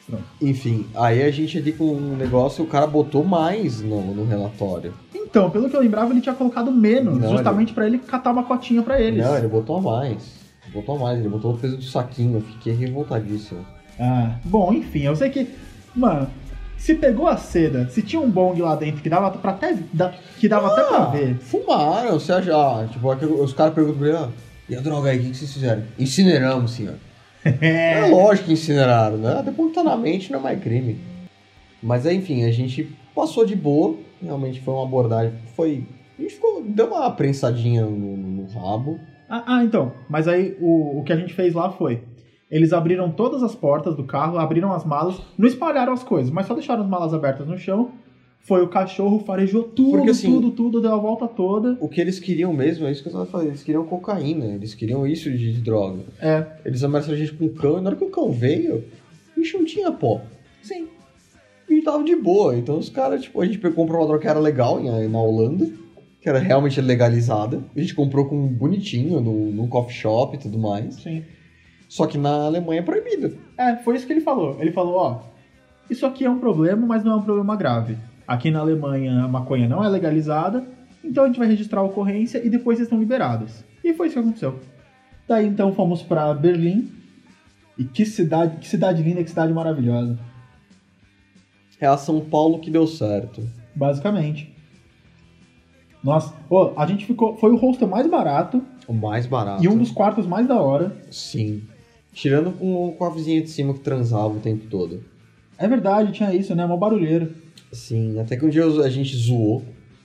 Speaker 2: Não.
Speaker 3: Enfim, aí a gente ali com um negócio, o cara botou mais no, no relatório.
Speaker 2: Então, pelo que eu lembrava, ele tinha colocado menos,
Speaker 3: Não,
Speaker 2: justamente pra ele catar uma cotinha pra eles.
Speaker 3: Não, é. ele botou a mais. Botou a mais, ele botou o peso do saquinho. Eu fiquei revoltadíssimo.
Speaker 2: Ah, bom, enfim, eu sei que, mano, se pegou a seda, se tinha um bong lá dentro que dava para até da- que dava até
Speaker 3: Ah!
Speaker 2: pra ver.
Speaker 3: Fumaram, você acha? ah, Tipo, aqui os caras perguntam pra ele, ó, e a droga aí, o que, que vocês fizeram? Incineramos, senhor. É.
Speaker 2: É,
Speaker 3: lógico que incineraram, né? Depontanamente não é mais crime. Mas enfim, a gente passou de boa. Realmente foi uma abordagem. Foi. A gente ficou. Deu uma prensadinha no, no rabo.
Speaker 2: Ah, ah, então. Mas aí o, o que a gente fez lá foi. Eles abriram todas as portas do carro, abriram as malas, não espalharam as coisas, mas só deixaram as malas abertas no chão. Foi o cachorro, farejou tudo,
Speaker 3: Porque, assim,
Speaker 2: tudo, tudo, deu a volta toda.
Speaker 3: O que eles queriam mesmo é isso que eu tava falando. Eles queriam cocaína, eles queriam isso de, de droga.
Speaker 2: É.
Speaker 3: Eles ameaçaram a gente com o cão, e na hora que o cão veio, o bicho não tinha pó. Sim. E tava de boa. Então os caras, tipo, a gente pe- comprou uma droga que era legal em- na Holanda, que era realmente legalizada. A gente comprou com um bonitinho no, num coffee shop e tudo mais.
Speaker 2: Sim.
Speaker 3: Só que na Alemanha é proibido.
Speaker 2: É, foi isso que ele falou. Ele falou, ó, isso aqui é um problema, mas não é um problema grave. Aqui na Alemanha a maconha não é legalizada, então a gente vai registrar a ocorrência e depois vocês estão liberados. E foi isso que aconteceu. Daí então fomos pra Berlim. E que cidade, que cidade linda, que cidade maravilhosa,
Speaker 3: É a São Paulo que deu certo.
Speaker 2: basicamente. Nossa, ô, a gente ficou, foi o hostel mais barato
Speaker 3: O mais barato.
Speaker 2: e um dos quartos mais da hora.
Speaker 3: Sim. Tirando com, com a vizinha de cima que transava o tempo todo.
Speaker 2: É verdade, tinha isso, né? Mó barulheiro.
Speaker 3: Sim, até que um dia eu- a gente zoou,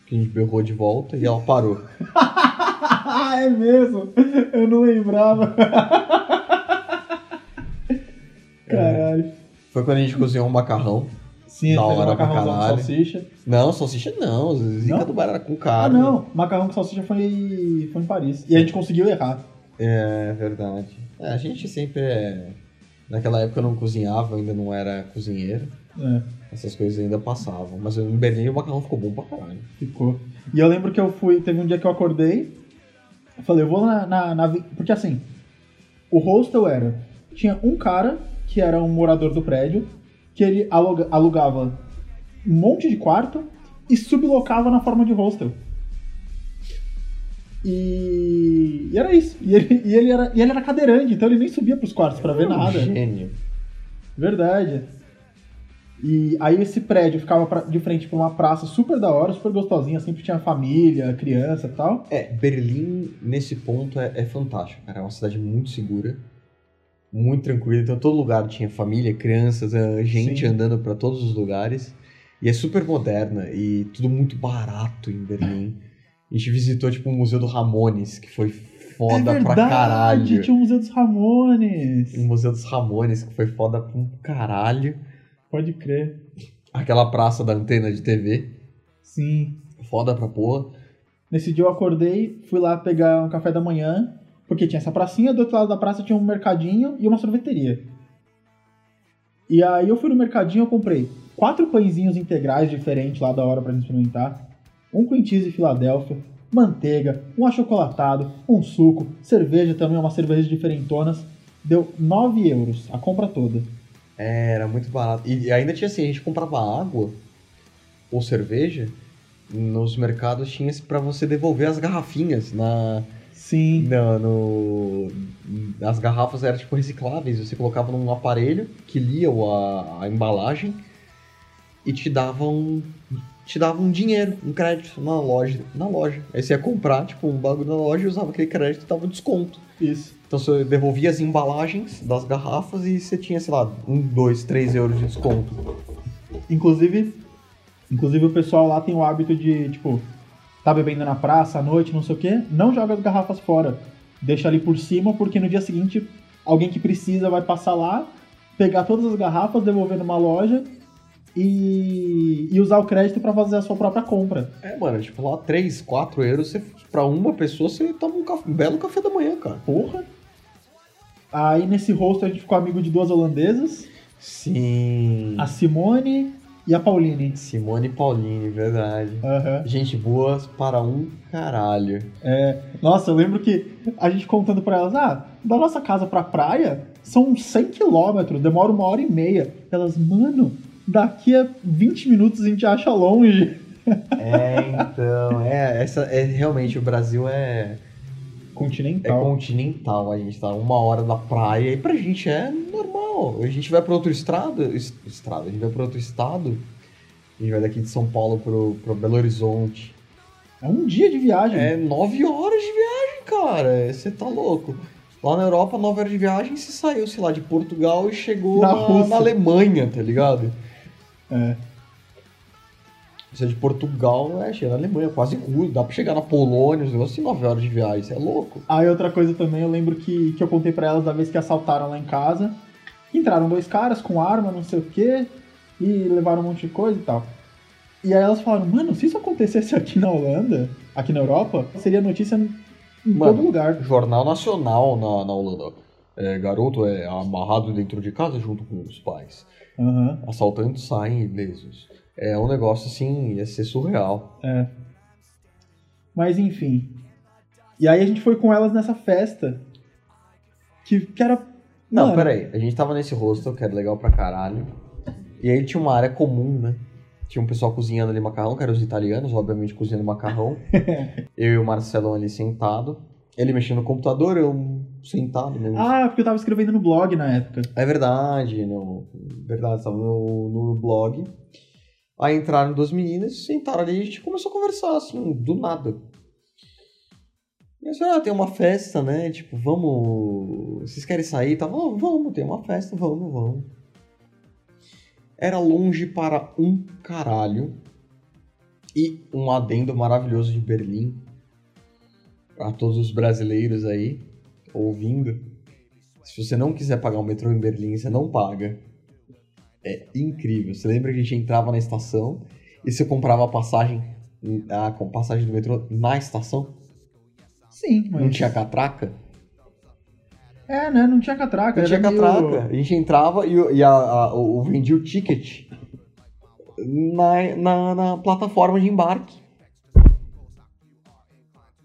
Speaker 3: que a gente berrou de volta e ela parou.
Speaker 2: é mesmo? Eu não lembrava.
Speaker 3: É.
Speaker 2: Caralho.
Speaker 3: Foi quando a gente cozinhou um macarrão.
Speaker 2: Sim, ele
Speaker 3: Da
Speaker 2: fez um
Speaker 3: hora pra
Speaker 2: macarrãozão com
Speaker 3: caralho.
Speaker 2: salsicha.
Speaker 3: Não, salsicha não, zica
Speaker 2: Não?
Speaker 3: do bar era com
Speaker 2: Ah,
Speaker 3: carne.
Speaker 2: não. Macarrão com salsicha foi, foi em Paris. E a gente conseguiu errar.
Speaker 3: É verdade. É, a gente sempre é... Naquela época eu não cozinhava, eu ainda não era cozinheiro.
Speaker 2: É,
Speaker 3: Essas coisas ainda passavam. Mas em Berlim o macarrão ficou bom pra caralho.
Speaker 2: ficou. E eu lembro que eu fui. Teve um dia que eu acordei. Eu falei, eu vou na. na, na vi- porque assim. O hostel era. Tinha um cara que era um morador do prédio. Que ele aluga- alugava um monte de quarto e sublocava na forma de hostel. E, e era isso. E ele, e, ele era, e ele era cadeirante, então ele nem subia pros quartos pra ver
Speaker 3: Era um
Speaker 2: nada.
Speaker 3: Gênio.
Speaker 2: Verdade. E aí esse prédio ficava pra- de frente pra uma praça super da hora, super gostosinha, sempre tinha família, criança e tal.
Speaker 3: É, Berlim, nesse ponto, é, é fantástico, cara. É uma cidade muito segura, muito tranquila. Então, todo lugar tinha família, crianças, eh, gente
Speaker 2: Sim.
Speaker 3: andando pra todos os lugares. E é super moderna e tudo muito barato em Berlim. A gente visitou, tipo, o Museu do Ramones, que foi foda pra caralho.
Speaker 2: É tinha o Museu dos Ramones.
Speaker 3: O Museu dos Ramones, que foi foda pra um caralho.
Speaker 2: Pode crer.
Speaker 3: Aquela praça da antena de TV,
Speaker 2: Sim.
Speaker 3: foda pra porra.
Speaker 2: Nesse dia eu acordei, fui lá pegar um café da manhã, porque tinha essa pracinha, do outro lado da praça tinha um mercadinho e uma sorveteria. E aí eu fui no mercadinho, eu comprei quatro pãezinhos integrais diferentes lá da hora pra gente experimentar, um cream cheese Filadélfia, manteiga, um achocolatado, um suco, cerveja também, umas cervejas diferentonas. Deu 9 euros a compra toda.
Speaker 3: É, Era muito barato. E ainda tinha assim, a gente comprava água ou cerveja nos mercados tinha esse pra você devolver as garrafinhas na,
Speaker 2: Sim.
Speaker 3: na- no as garrafas eram tipo recicláveis você colocava num aparelho que lia o- a, a embalagem e te dava um te dava um dinheiro um crédito na loja na loja aí você ia comprar tipo um bagulho na loja e usava aquele crédito e dava um desconto
Speaker 2: Isso.
Speaker 3: então você devolvia as embalagens das garrafas e você tinha, sei lá, um, dois, três euros de desconto.
Speaker 2: Inclusive, inclusive o pessoal lá tem o hábito de, tipo, tá bebendo na praça à noite, não sei o quê, não joga as garrafas fora. Deixa ali por cima, porque no dia seguinte alguém que precisa vai passar lá, pegar todas as garrafas, devolver numa loja e, e usar o crédito pra fazer a sua própria compra.
Speaker 3: É, mano, tipo, lá três, quatro euros, você, pra uma pessoa você toma um, caf- um belo café da manhã, cara.
Speaker 2: Porra! Aí nesse rosto a gente ficou amigo de duas holandesas,
Speaker 3: Sim.
Speaker 2: a Simone e a Pauline.
Speaker 3: Simone Paulini, verdade.
Speaker 2: Aham.
Speaker 3: Gente boa para um caralho.
Speaker 2: Nossa, eu lembro que a gente contando pra elas, ah, da nossa casa pra praia são uns 100 quilômetros, demora uma hora e meia. Elas, mano, daqui a 20 minutos a gente acha longe.
Speaker 3: É, então, é, essa é realmente o Brasil é, é
Speaker 2: Continental.
Speaker 3: continental, a gente tá uma hora da praia e pra gente é normal. A gente vai pra outro estrado, es- estrada, a gente vai pra outro estado, a gente vai daqui de São Paulo pro, pro Belo Horizonte.
Speaker 2: É um dia de viagem.
Speaker 3: É nove horas de viagem, cara. Você tá louco. Lá na Europa, nove horas de viagem, você saiu, sei lá, de Portugal e chegou
Speaker 2: Na
Speaker 3: na,
Speaker 2: Rússia.
Speaker 3: na Alemanha, tá ligado?
Speaker 2: É.
Speaker 3: Você é de Portugal, é, chega na Alemanha, quase ruim. Dá pra chegar na Polônia, os negócios, assim, nove horas de viagem, você é louco.
Speaker 2: Aí outra coisa também, eu lembro que, que eu contei pra elas da vez que assaltaram lá em casa. Entraram dois caras com arma, não sei o quê, e levaram um monte de coisa e tal. E aí elas falaram, mano, se isso acontecesse aqui na Holanda, aqui na Europa, seria notícia em
Speaker 3: Mano.
Speaker 2: todo lugar.
Speaker 3: Jornal Nacional na, na Holanda. É, garoto é amarrado dentro de casa junto com os pais.
Speaker 2: Aham,
Speaker 3: Assaltantes saem ilesos. É um negócio assim, ia ser surreal.
Speaker 2: é. Mas enfim. E aí a gente foi com elas nessa festa. Que, que era.
Speaker 3: Não,
Speaker 2: mano,
Speaker 3: peraí, a gente tava nesse hostel, que era legal pra caralho. E aí tinha uma área comum, né? Tinha um pessoal cozinhando ali macarrão, que eram os italianos, obviamente cozinhando macarrão. eu e o Marcelão ali sentado. Ele mexendo no computador, eu sentado mesmo.
Speaker 2: Ah, porque eu tava escrevendo no blog na época.
Speaker 3: É verdade, no, verdade, estava no, no blog. Aí entraram duas meninas, sentaram ali e a gente começou a conversar, assim, do nada. E assim, ah, tem uma festa, né? Tipo, vamos. Vocês querem sair? Tava, "Ah, vamos, tem uma festa, vamos, vamos. Era longe para um caralho. E um adendo maravilhoso de Berlim. Para todos os brasileiros aí, ouvindo. Se você não quiser pagar o metrô em Berlim, você não paga. É incrível. Você lembra que a gente entrava na estação e você comprava a passagem, a com- passagem do metrô na estação?
Speaker 2: Sim,
Speaker 3: Não
Speaker 2: mas.
Speaker 3: tinha catraca?
Speaker 2: É, né? Não tinha catraca.
Speaker 3: Não tinha
Speaker 2: era meio-
Speaker 3: catraca. A gente entrava e, o- e a, a- o, o- vendia o ticket na, na, na plataforma de embarque.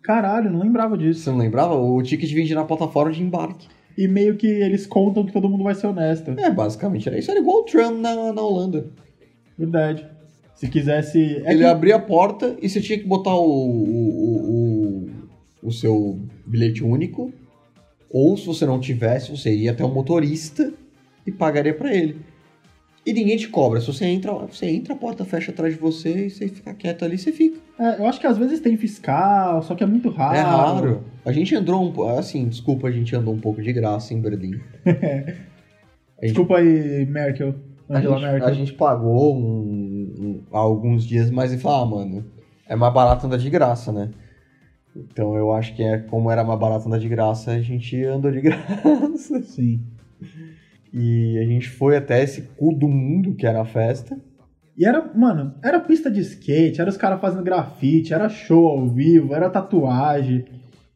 Speaker 2: Caralho, não lembrava disso.
Speaker 3: Você não lembrava? O ticket vendia na plataforma de embarque.
Speaker 2: E meio que eles contam que todo mundo vai ser honesto.
Speaker 3: É, basicamente era isso. Era igual o tram na, na Holanda.
Speaker 2: Verdade. Se quisesse. É
Speaker 3: ele
Speaker 2: que-
Speaker 3: abria a porta e você tinha que botar o, o, o, o, o seu bilhete único. Ou se você não tivesse, você ia até o motorista e pagaria pra ele. E ninguém te cobra. Se você entra, você entra, a porta fecha atrás de você e você fica quieto ali, você fica.
Speaker 2: é, eu acho que às vezes tem fiscal, só que é muito raro.
Speaker 3: é raro. A gente andou um pouco. Assim, desculpa, a gente andou um pouco de graça em Berlim.
Speaker 2: Desculpa aí, Merkel.
Speaker 3: A
Speaker 2: Angela
Speaker 3: gente,
Speaker 2: Merkel.
Speaker 3: a gente pagou um- um- alguns dias, mas e falou, ah, mano, é mais barato andar de graça, né? Então eu acho que é como era mais barato andar de graça, a gente andou de graça.
Speaker 2: Sim.
Speaker 3: E a gente foi até esse cu do mundo, que era a festa.
Speaker 2: E era, mano, era pista de skate, era os caras fazendo grafite, era show ao vivo, era tatuagem,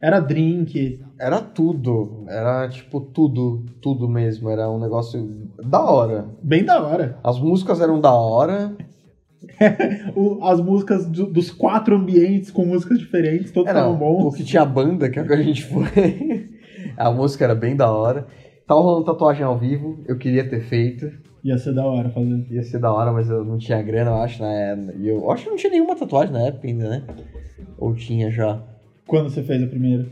Speaker 2: era drink.
Speaker 3: Era tudo, era tipo tudo, tudo mesmo. Era um negócio da hora.
Speaker 2: Bem da hora.
Speaker 3: As músicas eram da hora,
Speaker 2: O- as músicas do- dos quatro ambientes com músicas diferentes, todos
Speaker 3: Era
Speaker 2: estavam
Speaker 3: o
Speaker 2: bons.
Speaker 3: que tinha banda, que é o que a gente foi. a música era bem da hora. Tava rolando tatuagem ao vivo, eu queria ter feito.
Speaker 2: Ia ser da hora fazer.
Speaker 3: Ia ser da hora, mas eu não tinha grana, eu acho, né? E eu acho que não tinha nenhuma tatuagem na época ainda, né? Ou tinha já.
Speaker 2: Quando você fez a primeira?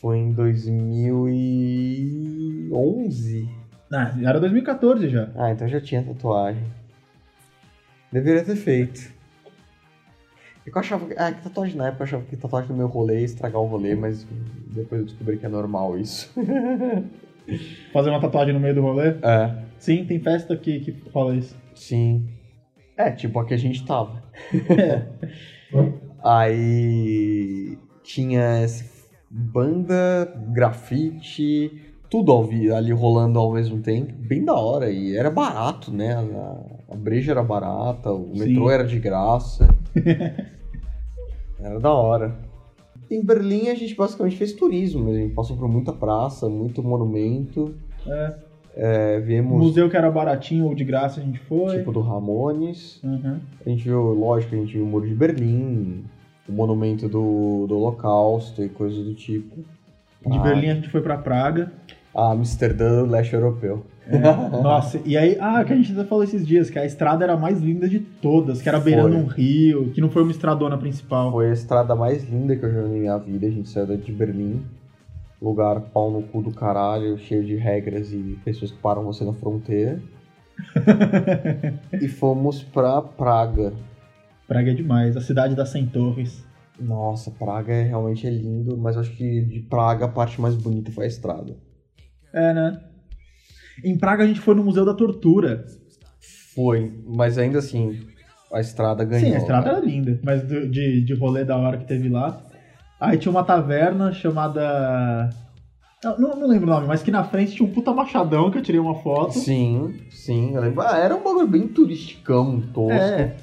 Speaker 3: Foi em 2011.
Speaker 2: Ah, era 2014 já.
Speaker 3: Ah, então já tinha tatuagem. Deveria ter feito. É que Eu achava que. Ah, que tatuagem na época eu achava que tatuagem no meu rolê ia estragar o rolê, mas depois eu descobri que é normal isso.
Speaker 2: Fazer uma tatuagem no meio do rolê?
Speaker 3: É.
Speaker 2: Sim, tem festa que, que fala isso.
Speaker 3: Sim. É, tipo a que a gente tava.
Speaker 2: É.
Speaker 3: Aí tinha essa banda, grafite, tudo ao vi- ali rolando ao mesmo tempo, bem da hora. E era barato, né? A, a breja era barata, o
Speaker 2: Sim.
Speaker 3: metrô era de graça. era da hora. Em Berlim a gente basicamente fez turismo, a gente passou por muita praça, muito monumento.
Speaker 2: É.
Speaker 3: É,
Speaker 2: O
Speaker 3: vimos
Speaker 2: museu que era baratinho ou de graça a gente foi.
Speaker 3: tipo do Ramones.
Speaker 2: Uhum.
Speaker 3: A gente viu, lógico, a gente viu o Muro de Berlim, o monumento do, do Holocausto e coisas do tipo.
Speaker 2: De
Speaker 3: Ah.
Speaker 2: Berlim a gente foi pra Praga.
Speaker 3: A Amsterdã do leste europeu.
Speaker 2: Nossa, e aí, ah, que a gente até falou esses dias, que a estrada era a mais linda de todas, que era beirando
Speaker 3: Foi.
Speaker 2: um rio, que não foi uma estradona principal.
Speaker 3: Foi a estrada mais linda que eu já vi na minha vida. A gente saiu daqui de Berlim. Lugar pau no cu do caralho, cheio de regras e pessoas que param você na fronteira. e fomos pra Praga.
Speaker 2: Praga é demais, a cidade das 100 torres.
Speaker 3: Nossa, Praga é, realmente é lindo, mas eu acho que de Praga a parte mais bonita foi a estrada.
Speaker 2: É, né? Em Praga a gente foi no Museu da Tortura.
Speaker 3: Foi, mas ainda assim, a estrada ganhou.
Speaker 2: Sim, a estrada
Speaker 3: né?
Speaker 2: era linda, mas do- de, de rolê da hora que teve lá. Aí tinha uma taverna chamada. Eu Não, não lembro o nome, mas que na frente tinha um puta machadão que eu tirei uma foto.
Speaker 3: Sim, sim, eu lembro. Ah, era um bagulho bem turisticão, tosco.
Speaker 2: É.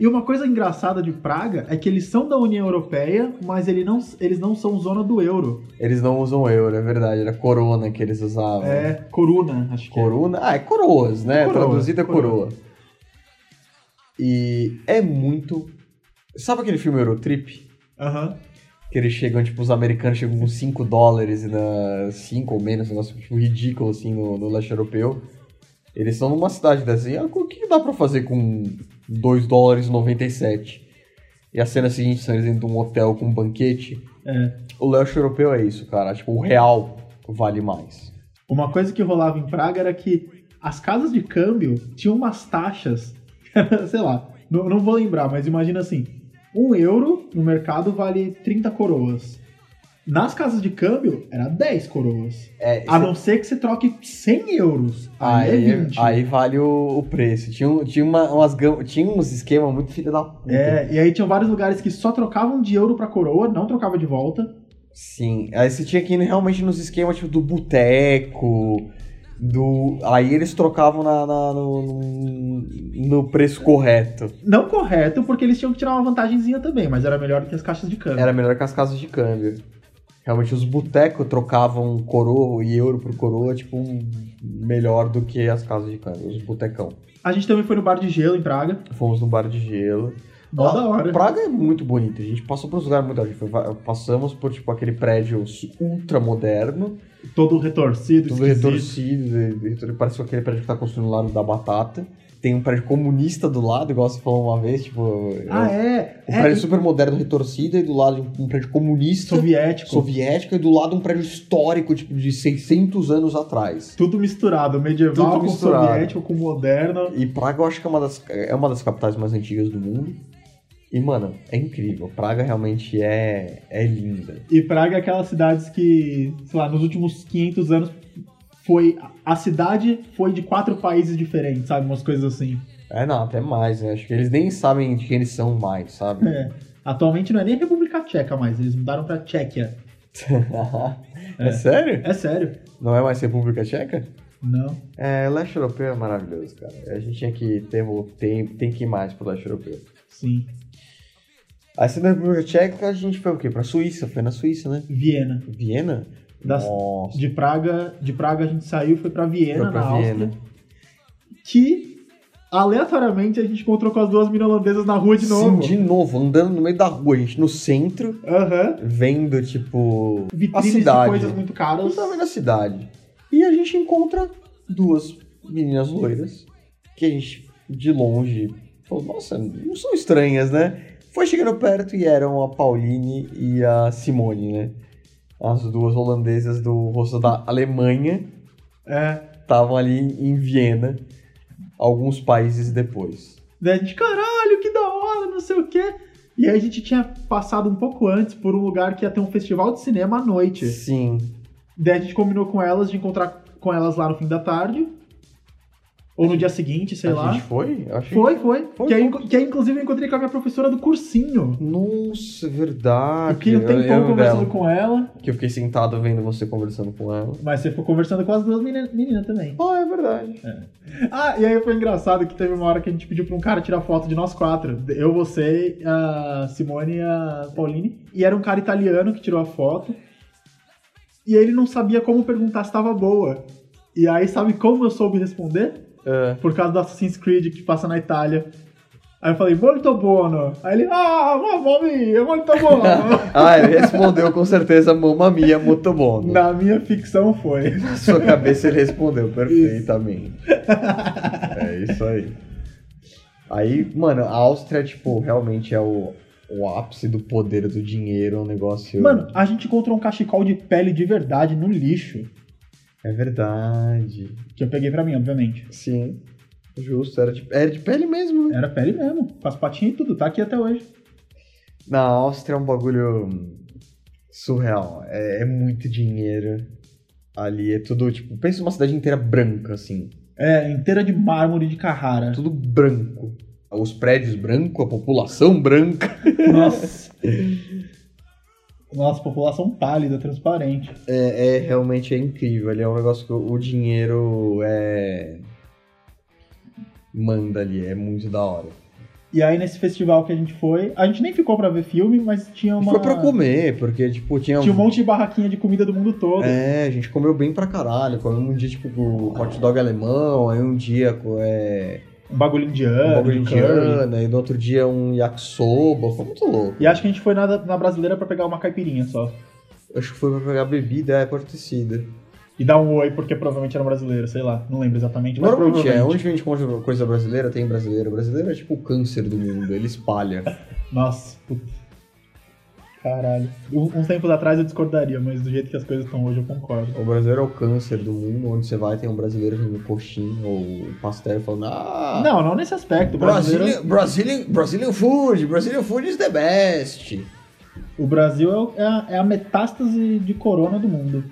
Speaker 2: E uma coisa engraçada de Praga é que eles são da União Europeia, mas ele não, eles não são zona do euro.
Speaker 3: Eles não usam euro, é verdade, era corona que eles usavam.
Speaker 2: É Coruna, acho que. é.
Speaker 3: Corona? Ah, é coroas, né?
Speaker 2: Coroa,
Speaker 3: Traduzida é
Speaker 2: coroa.
Speaker 3: coroa. E é muito. Sabe aquele filme Eurotrip?
Speaker 2: Aham.
Speaker 3: Que eles chegam, tipo, os americanos chegam com 5 dólares e na 5 ou menos, um negócio tipo, ridículo assim no, no leste europeu. Eles estão numa cidade dessa. E ah, o que dá pra fazer com 2 dólares e 97? E a cena seguinte são eles dentro de um hotel com um banquete.
Speaker 2: É.
Speaker 3: O leste europeu é isso, cara. Tipo, o real vale mais.
Speaker 2: Uma coisa que rolava em Praga era que as casas de câmbio tinham umas taxas, sei lá, não, não vou lembrar, mas imagina assim: um euro no mercado vale 30 coroas. Nas casas de câmbio era 10 coroas.
Speaker 3: É,
Speaker 2: A não ser que você troque 100 euros. Aí,
Speaker 3: Aí,
Speaker 2: é 20.
Speaker 3: aí vale o, o preço. Tinha, um- tinha, uma, umas, gam- tinha uns esquemas muito filha da puta.
Speaker 2: É, e aí tinham vários lugares que só trocavam de euro pra coroa, não trocava de volta.
Speaker 3: Sim. Aí você tinha que ir realmente nos esquemas tipo, do boteco. Do... Aí eles trocavam na, na- no, no- no preço correto.
Speaker 2: Não correto, porque eles tinham que tirar uma vantagenzinha também, mas era melhor do que as caixas de câmbio.
Speaker 3: Era melhor que as casas de câmbio. Realmente os botecos trocavam coroa e euro por coroa, tipo, melhor do que as casas de câmbio, os botecão.
Speaker 2: A gente também foi no bar de gelo em Praga.
Speaker 3: Fomos no bar de gelo.
Speaker 2: Mó
Speaker 3: Ah,
Speaker 2: da hora.
Speaker 3: Praga é muito bonito, a gente passou por uns lugares muito legais. Foi- Passamos por tipo aquele prédio ultra moderno,
Speaker 2: Todo retorcido,
Speaker 3: tudo
Speaker 2: esquisito.
Speaker 3: retorcido, e- e tudo- né? parece aquele prédio que tá construindo lá no da Batata. Tem um prédio comunista do lado, igual você falou uma vez, tipo.
Speaker 2: Ah,
Speaker 3: é
Speaker 2: é?
Speaker 3: Um
Speaker 2: é,
Speaker 3: prédio
Speaker 2: e-
Speaker 3: super moderno retorcido, e do lado um prédio comunista soviético.
Speaker 2: soviético.
Speaker 3: e do lado um prédio histórico, tipo, de 600 anos atrás.
Speaker 2: Tudo misturado, medieval
Speaker 3: Tudo
Speaker 2: com
Speaker 3: misturado.
Speaker 2: soviético, com moderno.
Speaker 3: E Praga eu acho que é uma das, é uma das capitais mais antigas do mundo. E, mano, é incrível. Praga realmente é, é linda.
Speaker 2: E Praga é aquelas cidades que, sei lá, nos últimos 500 anos foi... A cidade foi de quatro países diferentes, sabe? Umas coisas assim.
Speaker 3: É, não, até mais, né? Acho que eles nem sabem de quem eles são mais, sabe?
Speaker 2: É. Atualmente não é nem República Tcheca mais, eles mudaram pra Tchequia.
Speaker 3: é. sério?
Speaker 2: É sério?
Speaker 3: Não é mais República Tcheca?
Speaker 2: Não.
Speaker 3: É, leste europeu é maravilhoso, cara. A gente tinha que ter, um, tem, tem que ir mais pro leste europeu.
Speaker 2: Sim.
Speaker 3: Aí sendo da República Tcheca, a gente foi o quê? Pra Suíça, foi na Suíça, né?
Speaker 2: Viena.
Speaker 3: Viena?
Speaker 2: Das-
Speaker 3: Nossa,
Speaker 2: De Praga, de Praga a gente saiu, foi pra Viena,
Speaker 3: foi pra
Speaker 2: na
Speaker 3: Viena.
Speaker 2: Áustria, que aleatoriamente a gente encontrou com as duas minas holandesas na rua de novo.
Speaker 3: Sim, de novo, andando no meio da rua, a gente no centro,
Speaker 2: Aham.
Speaker 3: vendo, tipo, a
Speaker 2: Vitrines de
Speaker 3: cidade.
Speaker 2: coisas muito
Speaker 3: Eu
Speaker 2: caras.
Speaker 3: tava na cidade. E a gente encontra duas meninas loiras que a gente, de longe, falou, nossa, não são estranhas, né? Foi chegando perto e eram a Pauline e a Simone, né? As duas holandesas do rosto da Alemanha
Speaker 2: É.
Speaker 3: estavam ali em Viena, alguns países depois.
Speaker 2: Daí a gente, caralho, que da hora, não sei o quê. E aí a gente tinha passado um pouco antes por um lugar que ia ter um festival de cinema à noite.
Speaker 3: Sim.
Speaker 2: Daí a gente combinou com elas de encontrar com elas lá no fim da tarde. Ou no dia seguinte, sei
Speaker 3: a
Speaker 2: lá.
Speaker 3: gente foi? Eu achei...
Speaker 2: Foi, foi.
Speaker 3: Foi,
Speaker 2: que, aí,
Speaker 3: foi.
Speaker 2: inco- que aí, inclusive, eu encontrei com a minha professora do cursinho.
Speaker 3: Nossa, é
Speaker 2: Eu
Speaker 3: verdade.
Speaker 2: fiquei um
Speaker 3: eu
Speaker 2: tempão
Speaker 3: lembro
Speaker 2: conversando
Speaker 3: dela.
Speaker 2: com ela,
Speaker 3: Que eu fiquei sentado vendo você conversando com ela.
Speaker 2: mas você ficou conversando com as duas meninas também.
Speaker 3: Ah, é verdade.
Speaker 2: Ah, e aí foi engraçado que teve uma hora que a gente pediu pra um cara tirar foto de nós quatro. Eu, você, a Simone e a Pauline. E era um cara italiano que tirou a foto. E ele não sabia como perguntar se tava boa. E aí, sabe como eu soube responder?
Speaker 3: É.
Speaker 2: Por causa do Assassin's Creed que passa na Itália. Aí eu falei, molto buono. Aí ele, ah, mamma mia, molto buono.
Speaker 3: Ah, ele respondeu com certeza mamma mia muito bom.
Speaker 2: Na minha ficção foi.
Speaker 3: Na sua cabeça ele respondeu perfeitamente. É isso aí. Aí, mano, a Áustria, tipo, realmente é o, o ápice do poder do dinheiro, é um negócio...
Speaker 2: Mano, a gente encontrou um cachecol de pele de verdade no lixo.
Speaker 3: É verdade.
Speaker 2: Que eu peguei pra mim, obviamente.
Speaker 3: Sim. Justo, era de, era de pele mesmo, né?
Speaker 2: Era pele mesmo, com as patinhas e tudo, tá aqui até hoje.
Speaker 3: Na Áustria é um bagulho surreal. É, é muito dinheiro. Ali é tudo, tipo, pensa numa cidade inteira branca, assim.
Speaker 2: É, inteira de mármore de Carrara.
Speaker 3: É Tudo branco. Os prédios branco, a população branca.
Speaker 2: Nossa. Nossa, população pálida, transparente.
Speaker 3: É, é, realmente é incrível. Ali é um negócio que o dinheiro é. Manda ali, é muito da hora.
Speaker 2: E aí, nesse festival que a gente foi, a gente nem ficou pra ver filme, mas tinha uma.
Speaker 3: Foi pra comer, porque, tipo, tinha.
Speaker 2: Tinha um monte de barraquinha de comida do mundo todo.
Speaker 3: É, a gente comeu bem pra caralho. Comemos um dia, tipo, com hot dog alemão, aí um dia com. É...
Speaker 2: Um bagulho indiano.
Speaker 3: um bagulho
Speaker 2: curry.
Speaker 3: indiano, e no outro dia um yakisoba. Foi muito louco.
Speaker 2: E acho que a gente foi na, na brasileira pra pegar uma caipirinha só.
Speaker 3: Acho que foi pra pegar bebida, é, pode ter sido.
Speaker 2: E dar um oi, porque provavelmente era brasileiro, sei lá. Não lembro exatamente, mas
Speaker 3: Normalmente é,
Speaker 2: provavelmente.
Speaker 3: onde a gente encontra coisa brasileira, tem brasileiro. Brasileiro é tipo o câncer do mundo, ele espalha.
Speaker 2: Nossa, putz. Caralho. Um- Uns tempos atrás eu discordaria, mas do jeito que as coisas estão hoje eu concordo.
Speaker 3: O brasileiro é o câncer do mundo, onde você vai tem um brasileiro vendendo coxinha ou pastel falando, ah...
Speaker 2: Não, não nesse aspecto. O brasileiro-
Speaker 3: Brasília, Brazilian, Brazilian food, Brazilian food is the best.
Speaker 2: o Brasil é o- é, a, é a metástase de corona do mundo.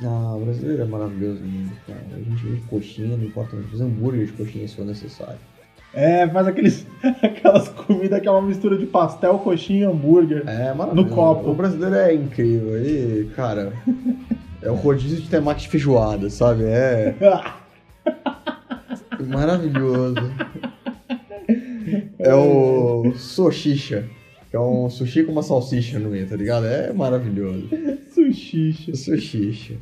Speaker 3: Ah, o brasileiro é maravilhoso mesmo, cara. A gente vende coxinha, não importa, a gente faz hambúrguer de coxinha se for necessário.
Speaker 2: É, faz aqueles, aquelas comidas que é uma mistura de pastel, coxinha e hambúrguer.
Speaker 3: É maravilhoso.
Speaker 2: No copo.
Speaker 3: O brasileiro é incrível, ele, cara. é o rodízio de temaki de feijoada, sabe? É maravilhoso. É o Soxicha, que é um sushi com uma salsicha no meio, tá ligado? É maravilhoso.
Speaker 2: Sushicha.
Speaker 3: Soxicha.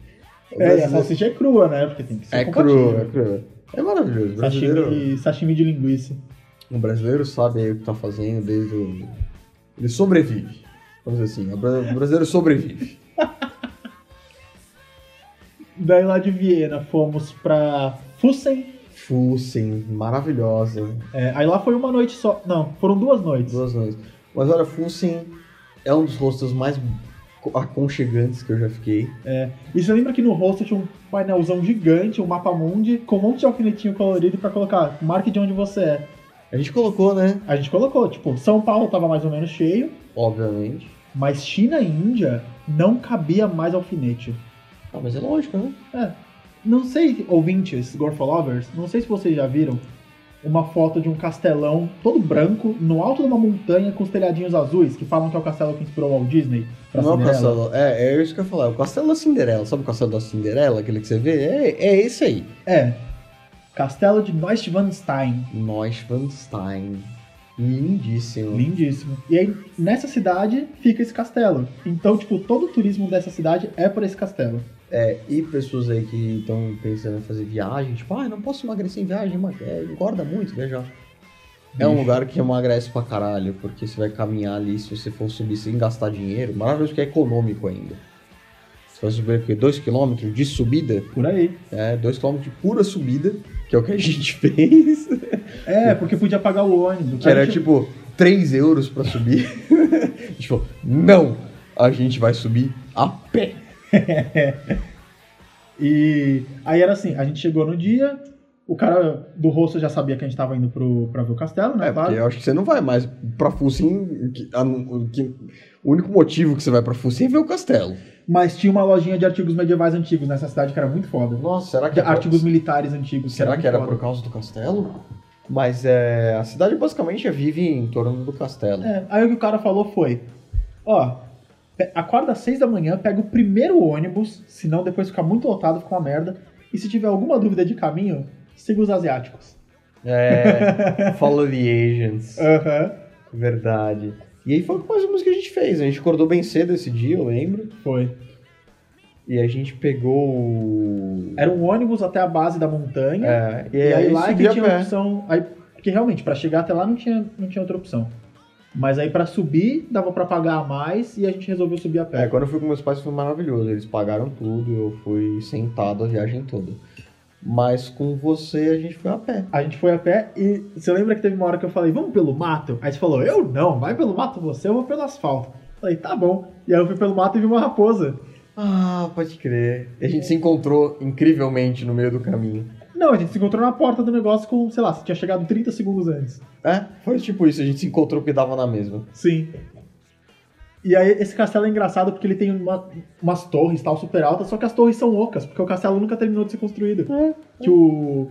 Speaker 3: O
Speaker 2: É, e a
Speaker 3: brasileiro-
Speaker 2: salsicha é crua, né? Porque tem que ser
Speaker 3: É
Speaker 2: compatível.
Speaker 3: cru, é cru. É maravilhoso. O brasileiro,
Speaker 2: Sashimi, sashimi de linguiça.
Speaker 3: o brasileiro sabe aí o que tá fazendo desde o... Ele sobrevive. Vamos dizer assim, o bra- o brasileiro sobrevive.
Speaker 2: Daí lá de Viena fomos pra Fussen.
Speaker 3: Fussen, maravilhosa.
Speaker 2: É, aí lá foi uma noite só. Não, foram duas noites.
Speaker 3: Duas noites. Mas olha, Fussen é um dos rostos mais co- aconchegantes que eu já fiquei.
Speaker 2: E você lembra que no rosto tinha um painelzão gigante, um mapa mundi, com um monte de alfinetinho colorido pra colocar, marque de onde você é.
Speaker 3: A gente colocou, né?
Speaker 2: A gente colocou, tipo, São Paulo tava mais ou menos cheio,
Speaker 3: Obviamente.
Speaker 2: mas China e Índia não cabia mais alfinete.
Speaker 3: Ah, mas é lógico, né?
Speaker 2: Não sei, ouvintes, Gorfolovers, não sei se vocês já viram uma foto de um castelão todo branco no alto de uma montanha com os telhadinhos azuis, que falam que é o castelo que inspirou Walt Disney pra
Speaker 3: Não é o
Speaker 2: Cinderela.
Speaker 3: castelo. É, é isso que eu ia falar. O castelo da Cinderela. Sabe o castelo da Cinderela, aquele que você vê? É, é esse aí.
Speaker 2: É. Castelo de Neuschwanstein.
Speaker 3: Neuschwanstein. Lindíssimo.
Speaker 2: Lindíssimo. E aí, nessa cidade fica esse castelo. Então, tipo, todo o turismo dessa cidade é por esse castelo.
Speaker 3: É, e pessoas aí que estão pensando em fazer viagem, tipo, ah, eu não posso emagrecer em viagem, ema- é, engorda muito, viajar. É um
Speaker 2: Bicho.
Speaker 3: lugar que emagrece pra caralho, porque você vai caminhar ali, se você for subir sem gastar dinheiro, maravilhoso que é econômico ainda. Você vai subir o quê? 2km de subida?
Speaker 2: Por aí.
Speaker 3: É, 2km de pura subida, que é o que a gente fez.
Speaker 2: É, porque podia pagar o ônibus.
Speaker 3: Que era
Speaker 2: Aí,
Speaker 3: tipo 3 euros pra subir. a gente falou, não, a gente vai subir a pé.
Speaker 2: E aí era assim, a gente chegou no dia, o cara do rosto já sabia que a gente tava indo pro, pra ver o castelo, né?
Speaker 3: É, porque
Speaker 2: claro.
Speaker 3: eu acho que você não vai mais pra Fucim. que- a- o que- o único motivo que você vai pra Fucim é ver o castelo.
Speaker 2: Mas tinha uma lojinha de artigos medievais antigos nessa cidade que era muito foda.
Speaker 3: Nossa, será é
Speaker 2: De artigos militares antigos.
Speaker 3: Será que era
Speaker 2: muito
Speaker 3: por causa do castelo? Mas é, a cidade basicamente vive em torno do castelo.
Speaker 2: foda. É, aí o que o cara falou foi, ó, pe- acorda às seis da manhã, pega o primeiro ônibus, senão depois fica muito lotado, fica uma merda. E se tiver alguma dúvida de caminho, siga os asiáticos.
Speaker 3: É, follow the agents.
Speaker 2: Aham,
Speaker 3: Verdade. E aí foi mais ou menos o que a gente fez. A gente acordou bem cedo esse dia, eu lembro.
Speaker 2: foi.
Speaker 3: E a gente pegou. o-
Speaker 2: Era um ônibus até a base da montanha.
Speaker 3: É, e,
Speaker 2: E aí lá é que
Speaker 3: subia a
Speaker 2: tinha
Speaker 3: pé.
Speaker 2: a opção. Aí Porque realmente, pra chegar até lá não tinha, não tinha outra opção. Mas aí pra subir, dava pra pagar a mais e a gente resolveu subir a pé.
Speaker 3: É, quando eu fui com meus pais foi maravilhoso, eles pagaram tudo, eu fui sentado a viagem toda. Mas com você a gente foi a pé.
Speaker 2: A gente foi a pé e você lembra que teve uma hora que eu falei, vamos pelo mato? Aí você falou, eu não, vai pelo mato você, eu vou pelo asfalto. Eu falei, tá bom. E aí eu fui pelo mato e vi uma raposa.
Speaker 3: Ah, pode crer. E a gente se encontrou incrivelmente no meio do caminho.
Speaker 2: Não, a gente se encontrou na porta do negócio com, sei lá, você tinha chegado 30 segundos antes.
Speaker 3: É, foi tipo isso, a gente se encontrou que dava na mesma.
Speaker 2: Sim. E aí esse castelo é engraçado porque ele tem uma- umas torres tal super altas, só que as torres são ocas, porque o castelo nunca terminou de ser construído. Que o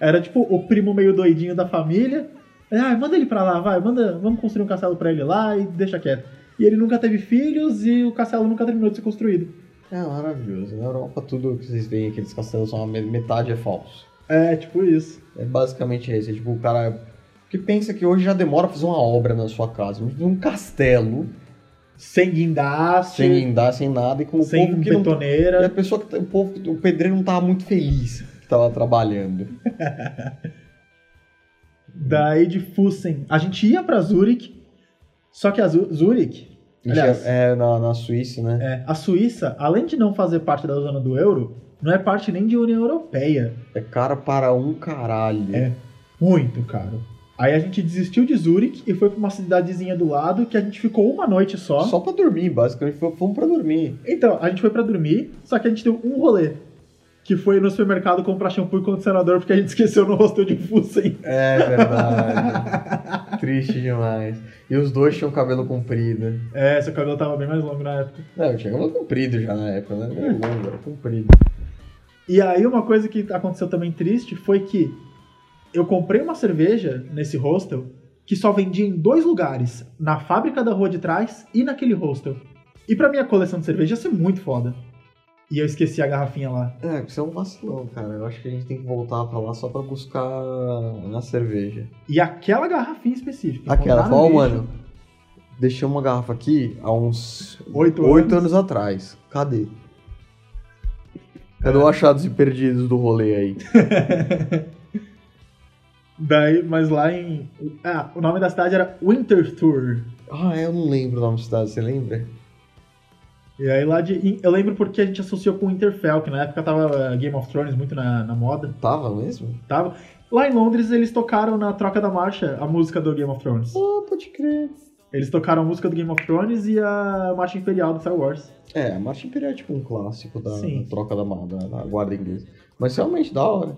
Speaker 2: era tipo o primo meio doidinho da família. Aí, Ah, manda ele pra lá, vai, manda, vamos construir um castelo pra ele lá e deixa quieto. E ele nunca teve filhos e o castelo nunca terminou de ser construído.
Speaker 3: É maravilhoso. Na Europa tudo que vocês veem, aqueles castelos, são a me- metade é falso.
Speaker 2: É, tipo isso.
Speaker 3: É basicamente isso. É tipo o cara que pensa que hoje já demora pra fazer uma obra na sua casa. Mas um castelo,
Speaker 2: Sem guindaste,
Speaker 3: sem
Speaker 2: sem,
Speaker 3: guindar, sem nada, e com o povo que não
Speaker 2: betoneira.
Speaker 3: E a pessoa que tá- o povo, o pedreiro não tava muito feliz que tava trabalhando.
Speaker 2: Daí de Fussen. A gente ia pra Zurich, só que a Zu- Zurich, aliás,
Speaker 3: é, na, na Suíça, né?
Speaker 2: é, a Suíça, além de não fazer parte da zona do euro, não é parte nem de União Europeia.
Speaker 3: É cara para um caralho.
Speaker 2: É. Muito caro. Aí a gente desistiu de Zurich e foi pra uma cidadezinha do lado que a gente ficou uma noite só.
Speaker 3: Só pra dormir, basicamente. F- Fomos pra dormir.
Speaker 2: Então, a gente foi pra dormir, só que a gente deu um rolê. Que foi no supermercado comprar shampoo e condicionador porque a gente esqueceu no hostel de Fussen.
Speaker 3: É verdade. Triste demais. E os dois tinham cabelo comprido.
Speaker 2: É, seu cabelo tava bem mais longo na época.
Speaker 3: Não, eu tinha cabelo comprido já na época, né? Não era longo, era comprido.
Speaker 2: E aí uma coisa que aconteceu também triste foi que eu comprei uma cerveja nesse hostel que só vendia em dois lugares, na fábrica da rua de trás e naquele hostel. E pra minha coleção de cerveja ia ser muito foda. E eu esqueci a garrafinha lá.
Speaker 3: É, isso é um vacilão, cara. Eu acho que a gente tem que voltar pra lá só pra buscar a cerveja.
Speaker 2: E aquela garrafinha específica.
Speaker 3: Aquela,
Speaker 2: botar no
Speaker 3: qual,
Speaker 2: lixo.
Speaker 3: mano? Deixei uma garrafa aqui há uns
Speaker 2: Oito
Speaker 3: anos. atrás. Cadê? Cadê o achados e perdidos do rolê aí?
Speaker 2: Daí, mas lá em. Ah, o nome da cidade era Winterthur.
Speaker 3: Ah, é, eu não lembro o nome da cidade, você lembra?
Speaker 2: E aí lá de. Eu lembro porque a gente associou com Winterfell, que na época tava eh, Game of Thrones muito na- na moda.
Speaker 3: Tava mesmo?
Speaker 2: tava. Lá em Londres eles tocaram na troca da marcha a música do Game of Thrones.
Speaker 3: Ah, pode crer.
Speaker 2: Eles tocaram a música do Game of Thrones e a marcha imperial do Star Wars.
Speaker 3: É, a Marcha Imperial é tipo um clássico da,
Speaker 2: Sim.
Speaker 3: da troca da, ma- da, da guarda inglesa. Mas realmente da hora.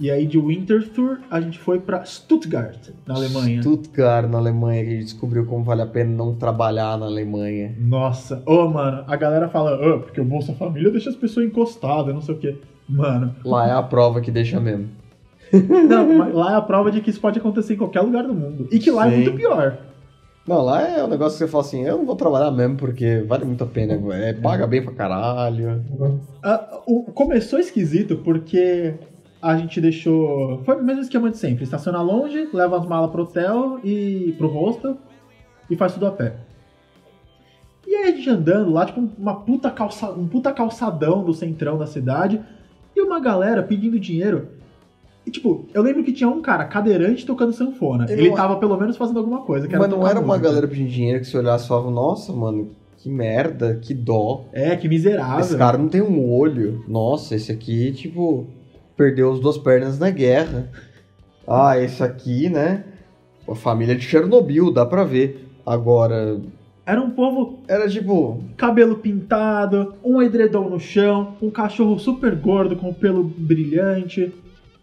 Speaker 2: E aí de Winterthur a gente foi pra Stuttgart, na Alemanha.
Speaker 3: Stuttgart, na Alemanha, que a gente descobriu como vale a pena não trabalhar na Alemanha.
Speaker 2: Nossa, ô mano, a galera fala, "Ah, porque o Bolsa Família deixa as pessoas encostadas, não sei o quê. Mano,
Speaker 3: Lá é a prova que deixa mesmo.
Speaker 2: não, mas lá é a prova de que isso pode acontecer em qualquer lugar do mundo. E que lá é
Speaker 3: Sim.
Speaker 2: muito pior.
Speaker 3: Não, lá é um negócio que você fala assim, eu não vou trabalhar mesmo, porque vale muito a pena, é, paga bem pra caralho.
Speaker 2: Ah, o- começou esquisito porque a gente deixou. Foi o mesmo esquema de sempre: estaciona longe, leva as malas pro hotel e pro hostel e faz tudo a pé. E aí a gente andando lá, tipo, uma puta calça, um puta calçadão do centrão da cidade e uma galera pedindo dinheiro. E, tipo, eu lembro que tinha um cara cadeirante tocando sanfona.
Speaker 3: E
Speaker 2: Ele,
Speaker 3: não-
Speaker 2: tava pelo menos fazendo alguma coisa. Que
Speaker 3: Mas não
Speaker 2: tocar
Speaker 3: era uma
Speaker 2: música.
Speaker 3: galera pedindo dinheiro que se olhasse e falava, nossa, mano, que merda, que dó.
Speaker 2: É, que miserável.
Speaker 3: Esse cara não tem um olho. Nossa, esse aqui, tipo, perdeu as duas pernas na guerra. Ah, esse aqui, né? A família de Chernobyl, dá pra ver. Agora,
Speaker 2: Era um povo
Speaker 3: era tipo,
Speaker 2: cabelo pintado, um edredom no chão, um cachorro super gordo com pelo brilhante,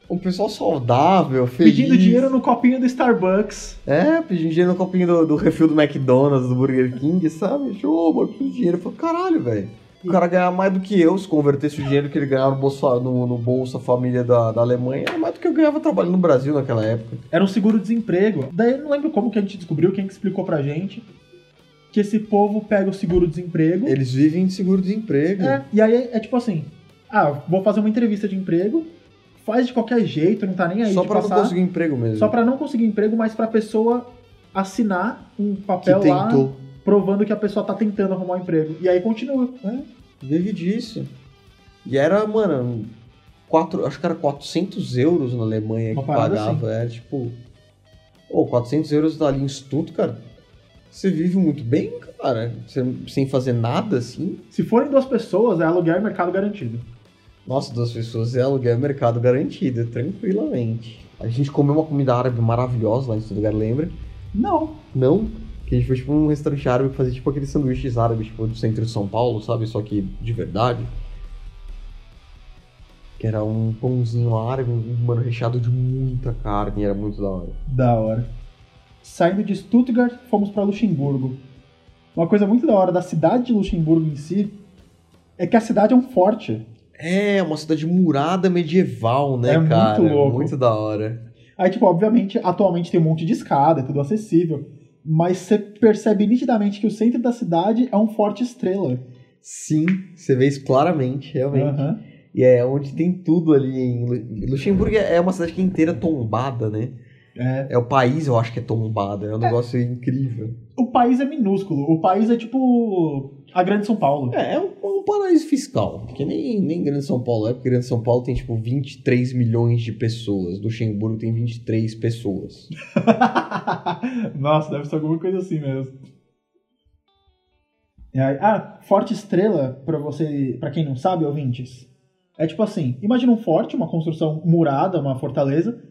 Speaker 3: um pessoal saudável, feliz.
Speaker 2: pedindo dinheiro no copinho do Starbucks.
Speaker 3: É, pedindo dinheiro no copinho do, do refil do McDonald's, do Burger King, sabe? Tipo, Ô, mano, preciso de dinheiro. Eu falo, caralho, velho. O cara ganhar mais do que eu, se convertesse o dinheiro que ele ganhava no Bolsa, no, no Bolsa Família da, da Alemanha, era mais do que eu ganhava trabalhando no Brasil naquela época.
Speaker 2: Era um seguro-desemprego. Daí eu não lembro como que a gente descobriu, quem que explicou pra gente, que esse povo pega o seguro-desemprego.
Speaker 3: Eles vivem de seguro-desemprego.
Speaker 2: É, e aí é tipo assim: ah, vou fazer uma entrevista de emprego, faz de qualquer jeito, não tá nem aí
Speaker 3: Só
Speaker 2: de
Speaker 3: pra
Speaker 2: passar.
Speaker 3: não conseguir emprego mesmo.
Speaker 2: Só pra não conseguir emprego, mas pra pessoa assinar um
Speaker 3: que
Speaker 2: papel lá
Speaker 3: tentou.
Speaker 2: provando que a pessoa tá tentando arrumar um emprego. E aí continua.
Speaker 3: Vive disso. E era, mano, qua- quatro, acho que era 400 euros na Alemanha
Speaker 2: Uma
Speaker 3: que
Speaker 2: parada assim.
Speaker 3: pagava. Era tipo. Ô, 400 euros tá ali em Stuttgart, você vive muito bem, cara. Você, sem fazer nada assim.
Speaker 2: Se forem duas pessoas, é aluguel e mercado garantido.
Speaker 3: Nossa, duas pessoas é aluguel mercado garantido, tranquilamente. A gente comeu uma comida árabe maravilhosa lá em Stuttgart, lembra?
Speaker 2: Não.
Speaker 3: Não. Que a gente foi tipo um restaurante árabe que fazia tipo aqueles sanduíches árabes tipo, do centro de São Paulo, sabe? Só que de verdade. Que era um pãozinho árabe, um, mano, recheado de muita carne, era muito da hora.
Speaker 2: Da hora. Saindo de Stuttgart, fomos para Luxemburgo. Uma coisa muito da hora da cidade de Luxemburgo em si é que a cidade é um forte.
Speaker 3: É, uma cidade murada medieval, né,
Speaker 2: É muito
Speaker 3: cara?
Speaker 2: louco.
Speaker 3: Muito da hora.
Speaker 2: Aí, tipo, obviamente, atualmente tem um monte de escada, é tudo acessível. Mas você percebe nitidamente que o centro da cidade é um forte estrela.
Speaker 3: Sim, você vê isso claramente, realmente.
Speaker 2: Aham.
Speaker 3: E é onde tem tudo ali em Lu- Luxemburgo é uma cidade que é inteira tombada, né?
Speaker 2: É.
Speaker 3: É o país, eu acho que é tombado, é um negócio incrível.
Speaker 2: O país é minúsculo. O país é tipo a Grande São Paulo.
Speaker 3: É, é um, um paraíso fiscal, porque nem, nem Grande São Paulo é, porque Grande São Paulo tem tipo 23 milhões de pessoas, Luxemburgo tem 23 pessoas.
Speaker 2: Nossa, deve ser alguma coisa assim mesmo. E aí- Ah, Forte Estrela, pra você, para quem não sabe, ouvintes, é tipo assim, imagina um forte, uma construção murada, uma fortaleza,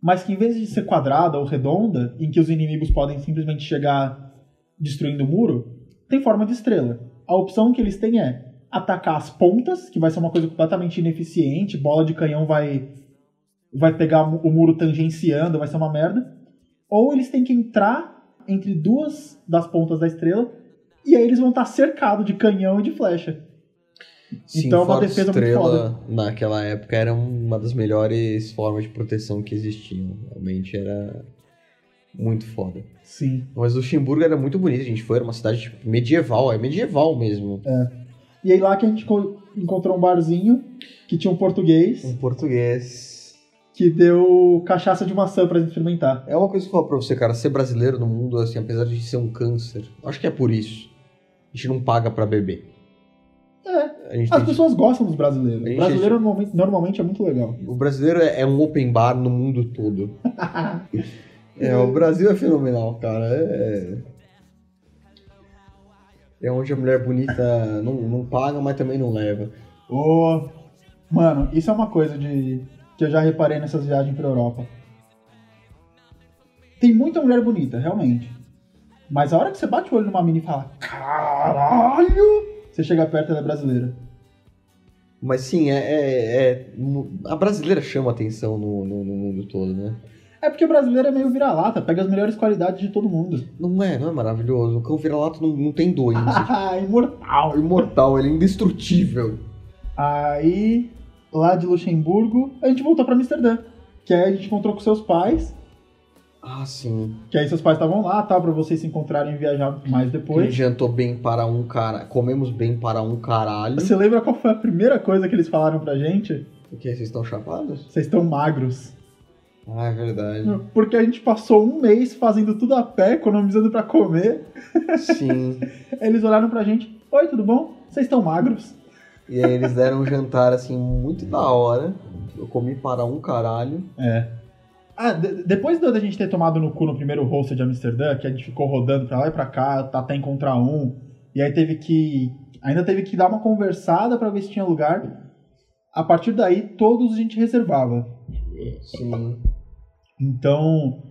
Speaker 2: mas que em vez de ser quadrada ou redonda, em que os inimigos podem simplesmente chegar destruindo o muro, tem forma de estrela. A opção que eles têm é atacar as pontas, que vai ser uma coisa completamente ineficiente, bola de canhão vai vai pegar o muro tangenciando, vai ser uma merda ou eles têm que entrar entre duas das pontas da estrela e aí eles vão estar cercados de canhão e de flecha.
Speaker 3: Sim,
Speaker 2: Então é uma
Speaker 3: Forte
Speaker 2: defesa muito
Speaker 3: estrela naquela época era um, uma das melhores formas de proteção que existiam, realmente era muito foda.
Speaker 2: Sim.
Speaker 3: Mas Luxemburgo era muito bonito, a gente foi, era uma cidade tipo, medieval, é medieval mesmo.
Speaker 2: E aí lá que a gente co- encontrou um barzinho que tinha um português
Speaker 3: Um português.
Speaker 2: que deu cachaça de maçã pra gente experimentar.
Speaker 3: É uma coisa que eu falo pra você, cara, ser brasileiro no mundo, assim, apesar de ser um câncer, acho que é por isso. A gente não paga pra beber.
Speaker 2: É,
Speaker 3: A gente
Speaker 2: as
Speaker 3: tem-
Speaker 2: pessoas gostam dos brasileiros.
Speaker 3: Tem
Speaker 2: O brasileiro normalmente- normalmente é muito legal.
Speaker 3: O brasileiro é é um open bar no mundo todo. É, o Brasil é fenomenal, cara. É. É onde a mulher bonita não, não paga, mas também não leva.
Speaker 2: Ô, Mano, isso é uma coisa de que eu já reparei nessas viagens pra Europa. Tem muita mulher bonita, realmente. Mas a hora que você bate o olho numa mina e fala, caralho! Você chega perto ela é brasileira.
Speaker 3: Mas sim, é, é- é- A brasileira chama atenção no- no- no mundo todo, né?
Speaker 2: É porque brasileiro é meio vira-lata, pega as melhores qualidades de todo mundo.
Speaker 3: Não é, não é maravilhoso. O cão vira-lato não, não tem dois.
Speaker 2: Imortal!
Speaker 3: é imortal, ele é indestrutível.
Speaker 2: Aí, lá de Luxemburgo, a gente voltou pra Amsterdã. Que aí a gente encontrou com seus pais,
Speaker 3: Ah, sim.
Speaker 2: que aí seus pais estavam lá, tá? Pra vocês se encontrarem e viajar mais
Speaker 3: A gente
Speaker 2: depois.
Speaker 3: jantou bem para um cara. Comemos bem para um caralho.
Speaker 2: Você lembra qual foi a primeira coisa que eles falaram pra gente?
Speaker 3: O que? Vocês estão chapados?
Speaker 2: Vocês estão magros.
Speaker 3: Ah, é verdade.
Speaker 2: Porque a gente passou um mês fazendo tudo a pé, economizando pra comer.
Speaker 3: sim.
Speaker 2: Eles olharam pra gente: Oi, tudo bom? Vocês estão magros?
Speaker 3: E aí eles deram um jantar assim muito da hora. Eu comi para um caralho.
Speaker 2: É. Ah, de- depois da da gente ter tomado no cu no primeiro hostel de Amsterdã, que a gente ficou rodando pra lá e pra cá, tá- até encontrar um, e aí teve que. Ainda teve que dar uma conversada pra ver se tinha lugar. A partir daí, todos a gente reservava.
Speaker 3: Sim.
Speaker 2: Então,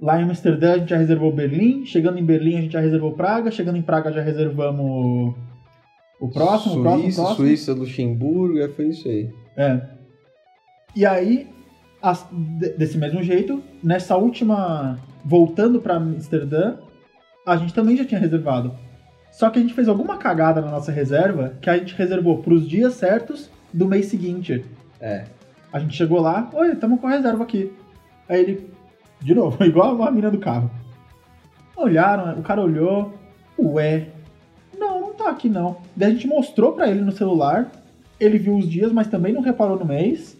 Speaker 2: lá em Amsterdã a gente já reservou Berlim, chegando em Berlim a gente já reservou Praga, chegando em Praga já reservamos o próximo, o
Speaker 3: Suíça,
Speaker 2: próximo, o próximo.
Speaker 3: Suíça, Luxemburgo, é, foi isso aí.
Speaker 2: É. E aí, as- de- desse mesmo jeito, nessa última. Voltando pra Amsterdã, a gente também já tinha reservado. Só que a gente fez alguma cagada na nossa reserva que a gente reservou pros dias certos do mês seguinte.
Speaker 3: É.
Speaker 2: A gente chegou lá, oi, estamos com a reserva aqui. Aí ele, de novo, igual a mina do carro. Olharam, o cara olhou, ué, não, não tá aqui não. Daí a gente mostrou pra ele no celular, ele viu os dias, mas também não reparou no mês.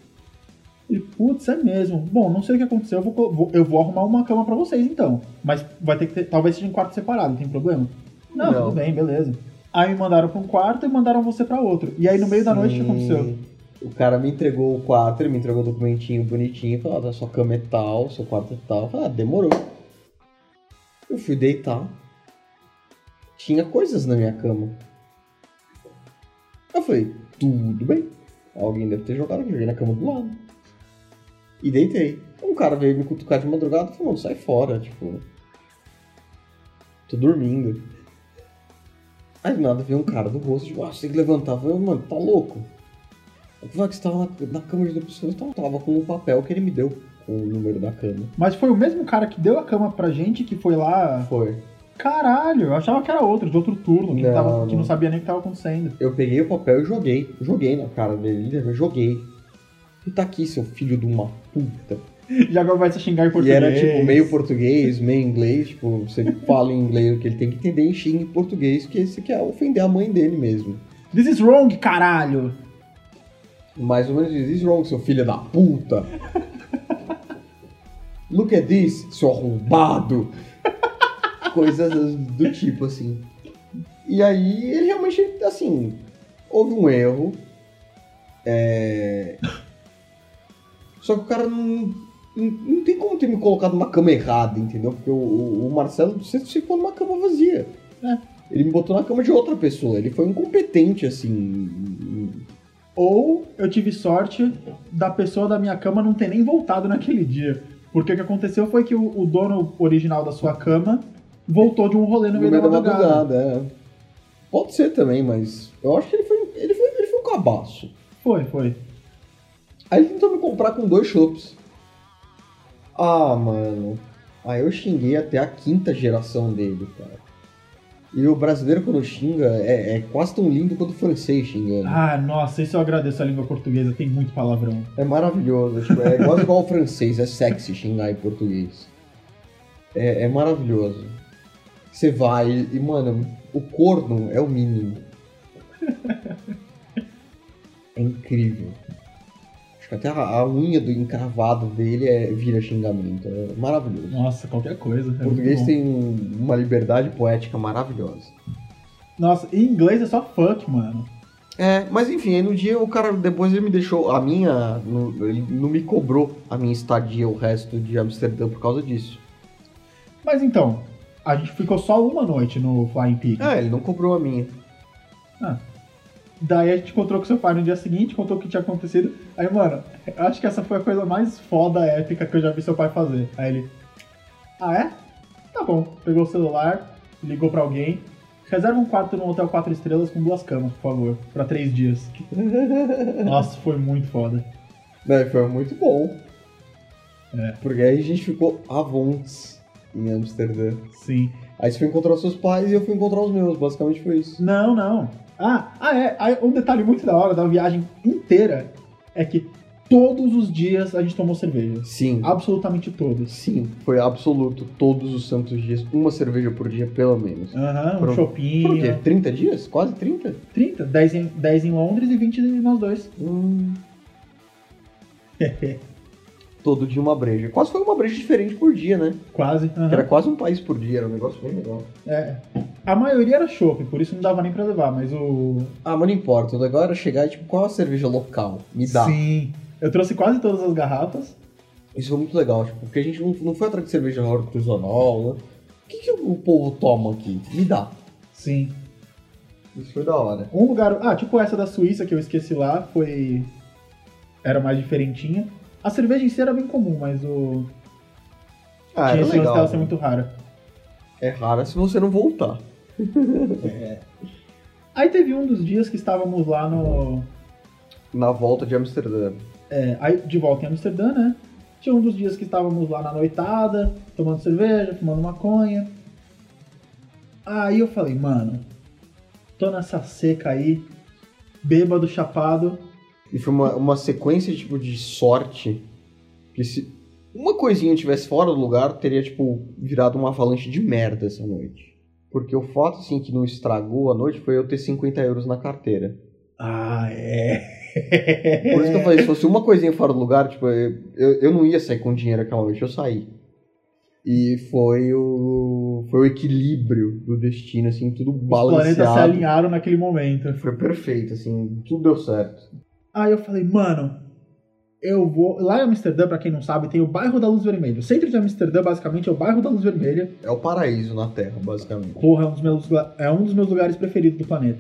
Speaker 2: Ele, putz, é mesmo. Bom, não sei o que aconteceu, eu vou, co- vou- eu vou arrumar uma cama pra vocês então. Mas vai ter que ter, talvez seja em quarto separado, tem problema? Não,
Speaker 3: Não.
Speaker 2: tudo bem, beleza. Aí me mandaram pra um quarto e mandaram você pra outro. E aí no meio da noite o que aconteceu?
Speaker 3: O cara me entregou o quarto, ele me entregou o documentinho bonitinho, falou, ah, sua cama é tal, seu quarto é tal. Eu falei, ah, demorou. Eu fui deitar. Tinha coisas na minha cama. Eu falei, tudo bem. Alguém deve ter jogado, eu joguei na cama do lado. E deitei. Um cara veio me cutucar de madrugada e falou, sai fora, tipo. Tô dormindo. Aí do nada veio um cara do rosto, tipo, ah, você tem que levantar. Eu falei, mano, tá louco? Eu falei, "Ah, que você tava na, na cama de outra pessoa, eu tava, tava com o papel que ele me deu, com o número da cama.
Speaker 2: Mas foi o mesmo cara que deu a cama pra gente que foi lá.
Speaker 3: Foi.
Speaker 2: Caralho, eu achava que era outro, de outro turno, que,
Speaker 3: Não,
Speaker 2: tava- que não
Speaker 3: não.
Speaker 2: sabia nem o que tava acontecendo.
Speaker 3: Eu peguei o papel e joguei. Joguei na cara dele, eu joguei. E tá aqui, seu filho de uma puta.
Speaker 2: Já agora vai se xingar em
Speaker 3: E
Speaker 2: português.
Speaker 3: era tipo meio português, meio inglês. Tipo, você fala em inglês o que ele tem que entender e xinga em português, que você quer ofender a mãe dele mesmo.
Speaker 2: This is wrong, caralho!
Speaker 3: Mais ou menos diz: This is wrong, seu filho da puta. Look at this, seu arrombado. Coisas do tipo assim. E aí ele realmente, assim, houve um erro. É... Só que o cara não, não, não tem como ter me colocado numa cama errada, entendeu? Porque o, o- o Marcelo sempre ficou numa cama vazia.
Speaker 2: É.
Speaker 3: Ele me botou na cama de outra pessoa. Ele foi incompetente, assim. em- em-
Speaker 2: Ou eu tive sorte da pessoa da minha cama não ter nem voltado naquele dia. Porque o que aconteceu foi que o, o dono original da sua cama voltou de um rolê no meio da madrugada.
Speaker 3: é. Pode ser também, mas eu acho que ele foi, ele foi, ele foi um cabaço.
Speaker 2: Foi, foi.
Speaker 3: Aí ele tentou me comprar com dois chopps. Ah, mano. Aí eu xinguei até a quinta geração dele, cara. E o brasileiro quando xinga é, é quase tão lindo quanto o francês xingando.
Speaker 2: Ah, nossa, isso eu agradeço a língua portuguesa, tem muito palavrão.
Speaker 3: É maravilhoso. tipo, é quase igual ao francês, é sexy xingar em português. É, é maravilhoso. Você vai e, e, mano, o corno é o mínimo. É incrível. Acho que até a, a unha do encravado dele é, vira xingamento. É maravilhoso.
Speaker 2: Nossa, qualquer coisa. é
Speaker 3: o
Speaker 2: muito
Speaker 3: português
Speaker 2: bom.
Speaker 3: tem um- uma liberdade poética maravilhosa.
Speaker 2: Nossa, em inglês é só fuck, mano.
Speaker 3: É, mas enfim, aí no dia o cara depois ele me deixou a minha. não- ele não me cobrou a minha estadia o resto de Amsterdã por causa disso.
Speaker 2: Mas então, a gente ficou só uma noite no Flying Pig.
Speaker 3: É, ele não cobrou a minha.
Speaker 2: Daí a gente encontrou com seu pai no dia seguinte, contou o que tinha acontecido. Aí, mano, eu acho que essa foi a coisa mais foda, épica que eu já vi seu pai fazer. Aí ele. Ah, é? Tá bom. Pegou o celular, ligou pra alguém. Reserva um quarto num hotel quatro estrelas com duas camas, por favor. Pra três dias. Nossa, foi muito foda.
Speaker 3: Né, foi muito bom.
Speaker 2: É.
Speaker 3: Porque aí a gente ficou avontes em Amsterdã.
Speaker 2: Sim.
Speaker 3: Aí você foi encontrar os seus pais e eu fui encontrar os meus, basicamente foi isso.
Speaker 2: Não, não. Ah, ah é. Aí, um detalhe muito da hora da viagem inteira é que todos os dias a gente tomou cerveja.
Speaker 3: Sim.
Speaker 2: Absolutamente todos.
Speaker 3: Ah, Sim, foi absoluto. Todos os santos dias, uma cerveja por dia, pelo menos.
Speaker 2: Aham, um
Speaker 3: Foram- Por quê?
Speaker 2: shopping.
Speaker 3: 30 dias? Quase 30?
Speaker 2: 30, 10 em, 10 em Londres e 20 em nós dois.
Speaker 3: Hum. Todo dia uma breja. Quase foi uma breja diferente por dia, né?
Speaker 2: Quase. aham.
Speaker 3: Era quase um país por dia, era um negócio bem legal.
Speaker 2: É. A maioria era chopp, por isso não dava nem pra levar, mas o.
Speaker 3: Ah, mas não importa. O legal era chegar e, tipo, qual a cerveja local? Me dá.
Speaker 2: Sim. Eu trouxe quase todas as garrafas.
Speaker 3: Isso foi muito legal, tipo, porque a gente não, não foi atrás de cerveja artesanal, né? O que, que o povo toma aqui? Me dá.
Speaker 2: Sim.
Speaker 3: Isso foi da hora.
Speaker 2: Um lugar. Ah, tipo essa da Suíça que eu esqueci lá, foi. Era mais diferentinha. A cerveja em si era bem comum, mas o.
Speaker 3: Ah,
Speaker 2: tinha esse
Speaker 3: era
Speaker 2: lance dela
Speaker 3: legal.
Speaker 2: ser muito rara.
Speaker 3: É rara se você não voltar.
Speaker 2: Aí teve um dos dias que estávamos lá no.
Speaker 3: Na volta de Amsterdã.
Speaker 2: é, aí de volta em Amsterdã, né? Tinha um dos dias que estávamos lá na noitada, tomando cerveja, fumando maconha. Aí eu falei, mano, tô nessa seca aí, bêbado, chapado.
Speaker 3: E foi uma, uma sequência, tipo, de sorte. Que se uma coisinha tivesse fora do lugar, teria, tipo, virado uma avalanche de merda essa noite. Porque o fato, assim, que não estragou a noite foi eu ter 50 euros na carteira.
Speaker 2: Ah, é.
Speaker 3: Por isso que eu falei, se fosse uma coisinha fora do lugar, tipo, eu, eu- eu não ia sair com dinheiro aquela noite, eu saí. E foi o, foi o equilíbrio do destino, assim, tudo
Speaker 2: Os planetas se
Speaker 3: balanceado.
Speaker 2: alinharam naquele momento.
Speaker 3: Foi perfeito, assim, tudo deu certo.
Speaker 2: Aí eu falei, mano, eu vou. Lá em Amsterdã, pra quem não sabe, tem o bairro da Luz Vermelha. O centro de Amsterdã, basicamente, é o bairro da Luz Vermelha.
Speaker 3: É o paraíso na Terra, basicamente.
Speaker 2: Porra, é um dos meus, lugar- é um dos meus lugares preferidos do planeta.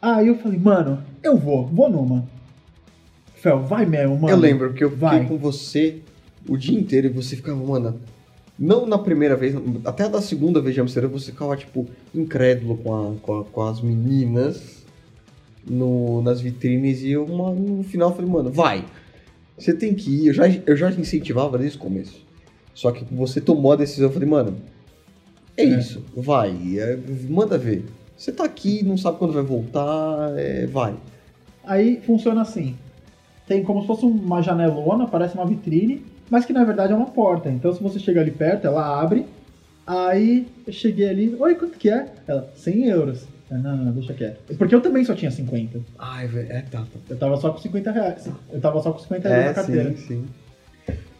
Speaker 2: Aí eu falei, mano, eu vou, vou numa. Fel, vai mesmo, mano.
Speaker 3: eu lembro que eu fiquei
Speaker 2: vai.
Speaker 3: com você o dia inteiro e você ficava, mano. Não na primeira vez, até da segunda vez de Amsterdã, você ficava, tipo, incrédulo com, a- com, a- com as meninas no, nas vitrines e eu, mano, no final, eu falei, mano, vai. Você tem que ir. Eu já, eu já te incentivava desde o começo. Só que você tomou a decisão, eu falei, mano, é,
Speaker 2: É.
Speaker 3: isso, vai, é, manda ver. Você tá aqui, não sabe quando vai voltar, é, vai.
Speaker 2: Aí funciona assim. Tem como se fosse uma janelona, parece uma vitrine, mas que na verdade é uma porta. Então se você chega ali perto, ela abre. Aí eu cheguei ali, oi, quanto que é? Ela, 100 euros. Eu, não, não, deixa quieto. Porque eu também só tinha 50.
Speaker 3: Ai, velho, é, tá, tá.
Speaker 2: Eu tava só com 50 reais. Eu tava só com 50 euros na
Speaker 3: É,
Speaker 2: carteira.
Speaker 3: sim, sim.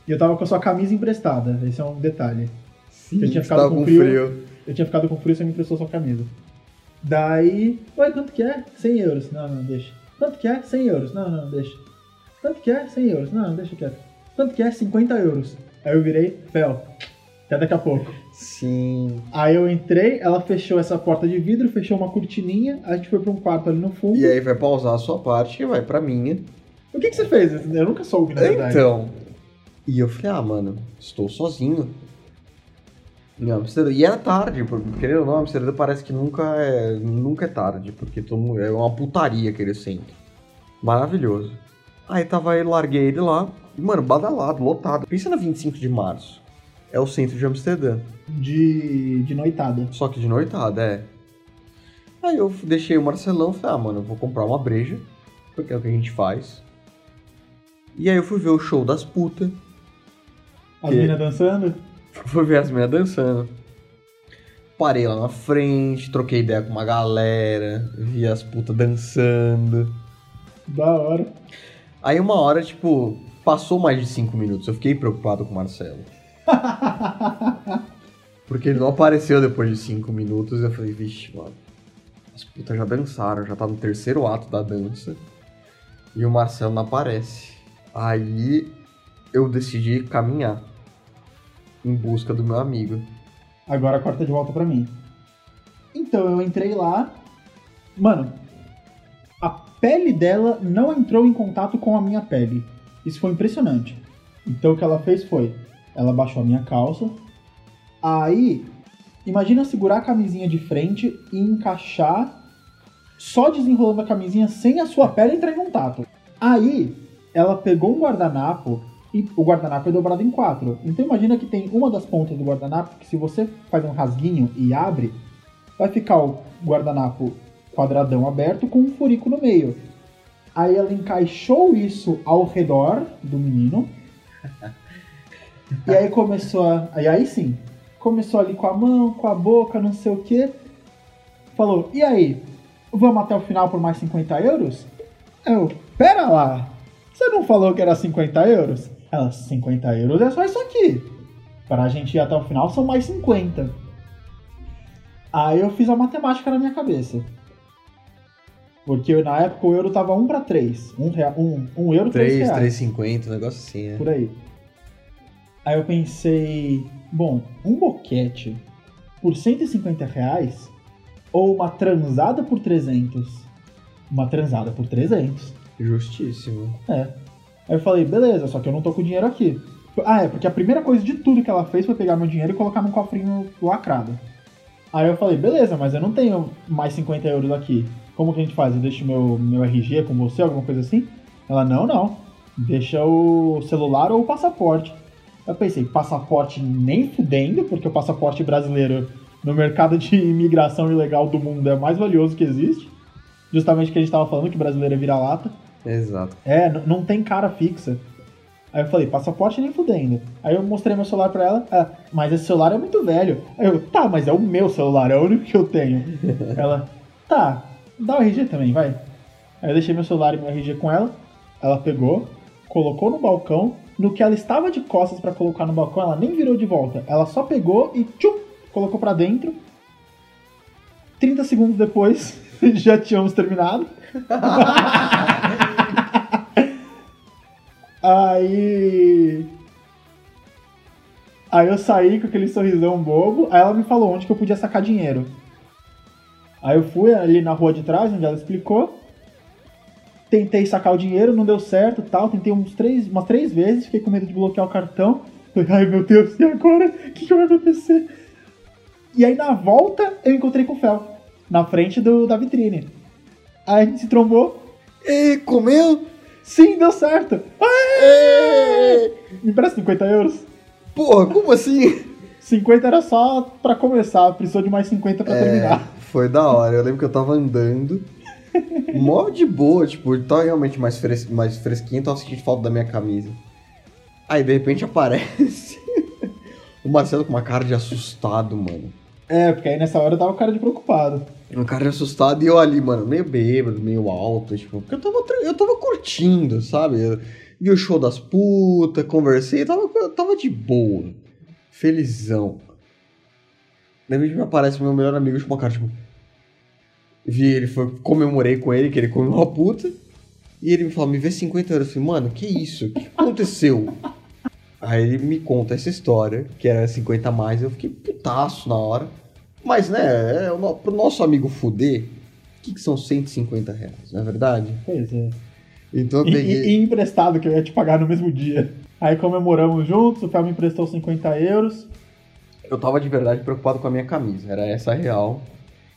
Speaker 2: E eu tava com a sua camisa emprestada. Esse é um detalhe.
Speaker 3: Sim,
Speaker 2: Eu tinha
Speaker 3: você
Speaker 2: ficado
Speaker 3: tava
Speaker 2: com
Speaker 3: com
Speaker 2: frio.
Speaker 3: frio.
Speaker 2: Eu tinha ficado com frio e você me emprestou sua camisa. Daí, oi, quanto que é? 100 euros. Não, não, deixa. Quanto que é? 100 euros. Não, não, deixa. Quanto que é? 100 euros. Não, não, deixa quieto. Quanto que é? 50 euros. Aí eu virei, Fel, até daqui a pouco.
Speaker 3: Sim.
Speaker 2: Aí eu entrei, ela fechou essa porta de vidro, fechou uma cortininha, a gente foi pra um quarto ali no fundo.
Speaker 3: E aí vai pausar a sua parte e vai pra minha.
Speaker 2: O que, que você fez? Eu nunca soube, na verdade.
Speaker 3: Então. E eu falei, ah, mano, estou sozinho. Em Amsterdã. E era tarde, porque querendo ou não, Amsterdã parece que nunca é, nunca é tarde, porque todo mundo, é uma putaria aquele centro. Maravilhoso. Aí tava aí, larguei ele lá, e, mano, badalado, lotado. Pensa na 25 de março. É o centro de Amsterdã.
Speaker 2: De, de noitada.
Speaker 3: Só que de noitada, é. Aí eu deixei o Marcelão, falei, ah, mano, eu vou comprar uma breja, porque é o que a gente faz. E aí eu fui ver o show das putas,
Speaker 2: As
Speaker 3: Que-
Speaker 2: meninas dançando?
Speaker 3: fui ver as meninas dançando. Parei lá na frente, troquei ideia com uma galera, vi as putas dançando.
Speaker 2: Da hora.
Speaker 3: Aí uma hora, tipo, passou mais de cinco minutos, eu fiquei preocupado com o Marcelo. Porque ele não apareceu depois de cinco minutos e eu falei, vixe, mano. As putas já dançaram, já tá no terceiro ato da dança. E o Marcelo não aparece. Aí eu decidi caminhar em busca do meu amigo.
Speaker 2: Agora corta de volta pra mim. Então eu entrei lá. Mano, a pele dela não entrou em contato com a minha pele. Isso foi impressionante. Então o que ela fez foi: ela baixou a minha calça. Aí, imagina segurar a camisinha de frente e encaixar, só desenrolando a camisinha sem a sua pele entrar em contato. Aí, ela pegou um guardanapo e o guardanapo é dobrado em quatro. Então imagina que tem uma das pontas do guardanapo que se você faz um rasguinho e abre, vai ficar o guardanapo quadradão aberto com um furico no meio. Aí ela encaixou isso ao redor do menino. e aí começou a. Aí, aí sim. Começou ali com a mão, com a boca, não sei o quê. Falou, e aí? Vamos até o final por mais 50 euros? Eu, pera lá. Você não falou que era 50 euros? Ela, 50 euros é só isso aqui. Pra gente ir até o final são mais 50. Aí eu fiz a matemática na minha cabeça. Porque na época o euro tava 1 pra 3. 1 um, um euro, 3
Speaker 3: 3,
Speaker 2: reais.
Speaker 3: 3,50, um negócio assim, né?
Speaker 2: Por aí. Aí eu pensei, bom, um boquete por 150 reais ou uma transada por 300? Uma transada por 300.
Speaker 3: Justíssimo.
Speaker 2: É. Aí eu falei, beleza, só que eu não tô com dinheiro aqui. Ah, é, porque a primeira coisa de tudo que ela fez foi pegar meu dinheiro e colocar num cofrinho lacrado. Aí eu falei, beleza, mas eu não tenho mais 50 euros aqui. Como que a gente faz? Eu deixo meu, meu RG com você, alguma coisa assim? Ela, não, não. Deixa o celular ou o passaporte. Eu pensei, passaporte nem fudendo, porque o passaporte brasileiro no mercado de imigração ilegal do mundo é o mais valioso que existe. Justamente o que a gente tava falando, que brasileiro é vira-lata.
Speaker 3: Exato.
Speaker 2: É, n- não tem cara fixa. Aí eu falei, passaporte nem fudendo. Aí eu mostrei meu celular pra ela, ela, mas esse celular é muito velho. Aí eu, tá, mas é o meu celular, é o único que eu tenho. ela, tá, dá o RG também, vai. Aí eu deixei meu celular e meu RG com ela, ela pegou, colocou no balcão, no que ela estava de costas pra colocar no balcão, ela nem virou de volta. Ela só pegou e tchum, colocou pra dentro. 30 segundos depois, Já tínhamos terminado. Aí. Aí eu saí com aquele sorrisão bobo. Aí ela me falou onde que eu podia sacar dinheiro. Aí eu fui ali na rua de trás, onde ela explicou. Tentei sacar o dinheiro, não deu certo tal. Tentei uns três, umas três vezes, fiquei com medo de bloquear o cartão. Falei, ai meu Deus, e agora? O que, que vai acontecer? E aí na volta eu encontrei com o Fel, na frente do, da vitrine. Aí a gente se trombou.
Speaker 3: E comeu?
Speaker 2: Sim, deu certo! Aê! Me presta 50 euros?
Speaker 3: Porra, como assim?
Speaker 2: 50 era só pra começar, precisou de mais 50 pra terminar.
Speaker 3: Foi da hora. Eu lembro que eu tava andando. Mó de boa, tipo, eu tava realmente mais, fres... mais fresquinho, tava sentindo falta da minha camisa. Aí de repente aparece o Marcelo com uma cara de assustado, mano.
Speaker 2: É, porque aí nessa hora eu tava com cara de preocupado.
Speaker 3: Um cara de assustado e eu ali, mano, meio bêbado, meio alto, tipo, porque eu tava, tra- eu tava curtindo, sabe? Eu vi o show das putas, conversei, tava, tava de boa, felizão. De repente me aparece meu melhor amigo, tipo, uma cara, tipo, vi ele, foi, comemorei com ele, que ele comeu uma puta, e ele me falou, me vê 50 euros, eu falei, mano, que isso, o que aconteceu? Aí ele me conta essa história, que era 50 a mais, eu fiquei putaço na hora. Mas, né, é, o no- pro nosso amigo fuder, o que, que são 150 reais, não é verdade?
Speaker 2: Pois é.
Speaker 3: Então eu
Speaker 2: E,
Speaker 3: peguei.
Speaker 2: e- e emprestado que eu ia te pagar no mesmo dia. Aí comemoramos juntos, o Fel me emprestou 50 euros.
Speaker 3: Eu tava de verdade preocupado com a minha camisa, era essa a real.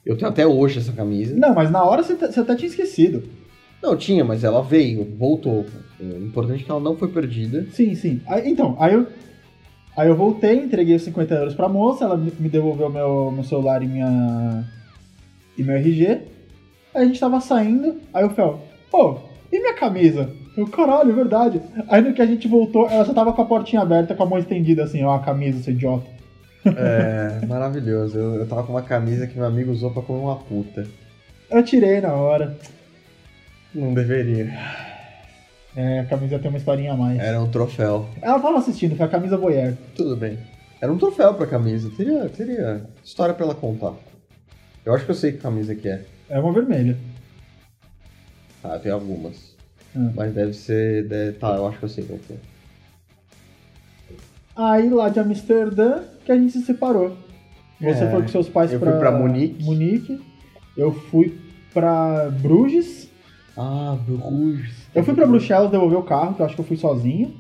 Speaker 3: Eu tenho até hoje essa camisa.
Speaker 2: Não, mas na hora você, t- você até tinha esquecido.
Speaker 3: Não, tinha, mas ela veio, voltou. O importante é que ela não foi perdida.
Speaker 2: Sim, sim. Aí, então, aí eu, aí eu voltei, entreguei os 50 euros pra moça, ela me me devolveu meu, meu celular e minha. e meu RG. Aí a gente tava saindo, aí o Fel, pô, e minha camisa? Eu, caralho, é verdade. Aí no que a gente voltou, ela já tava com a portinha aberta, com a mão estendida assim, ó, a camisa, seu idiota.
Speaker 3: É, maravilhoso. Eu, eu tava com uma camisa que meu amigo usou pra comer uma puta.
Speaker 2: Eu tirei na hora.
Speaker 3: Não deveria.
Speaker 2: É, a camisa tem uma historinha a mais.
Speaker 3: Era um troféu.
Speaker 2: Ela tava assistindo, foi a camisa voyeur.
Speaker 3: Tudo bem. Era um troféu pra camisa. Teria, teria história pra ela contar. Eu acho que eu sei que camisa que é.
Speaker 2: É uma vermelha.
Speaker 3: Ah, tem algumas.
Speaker 2: Hum.
Speaker 3: Mas deve ser. deve- Tá, eu acho que eu sei qual que é.
Speaker 2: Aí lá de Amsterdã que a gente se separou. Você
Speaker 3: É,
Speaker 2: foi com seus pais
Speaker 3: eu
Speaker 2: pra,
Speaker 3: fui pra Munique.
Speaker 2: Munique. Eu fui pra Bruges.
Speaker 3: Ah, Bruges.
Speaker 2: Eu fui pra Bruxelas devolver o carro, que eu acho que eu fui sozinho.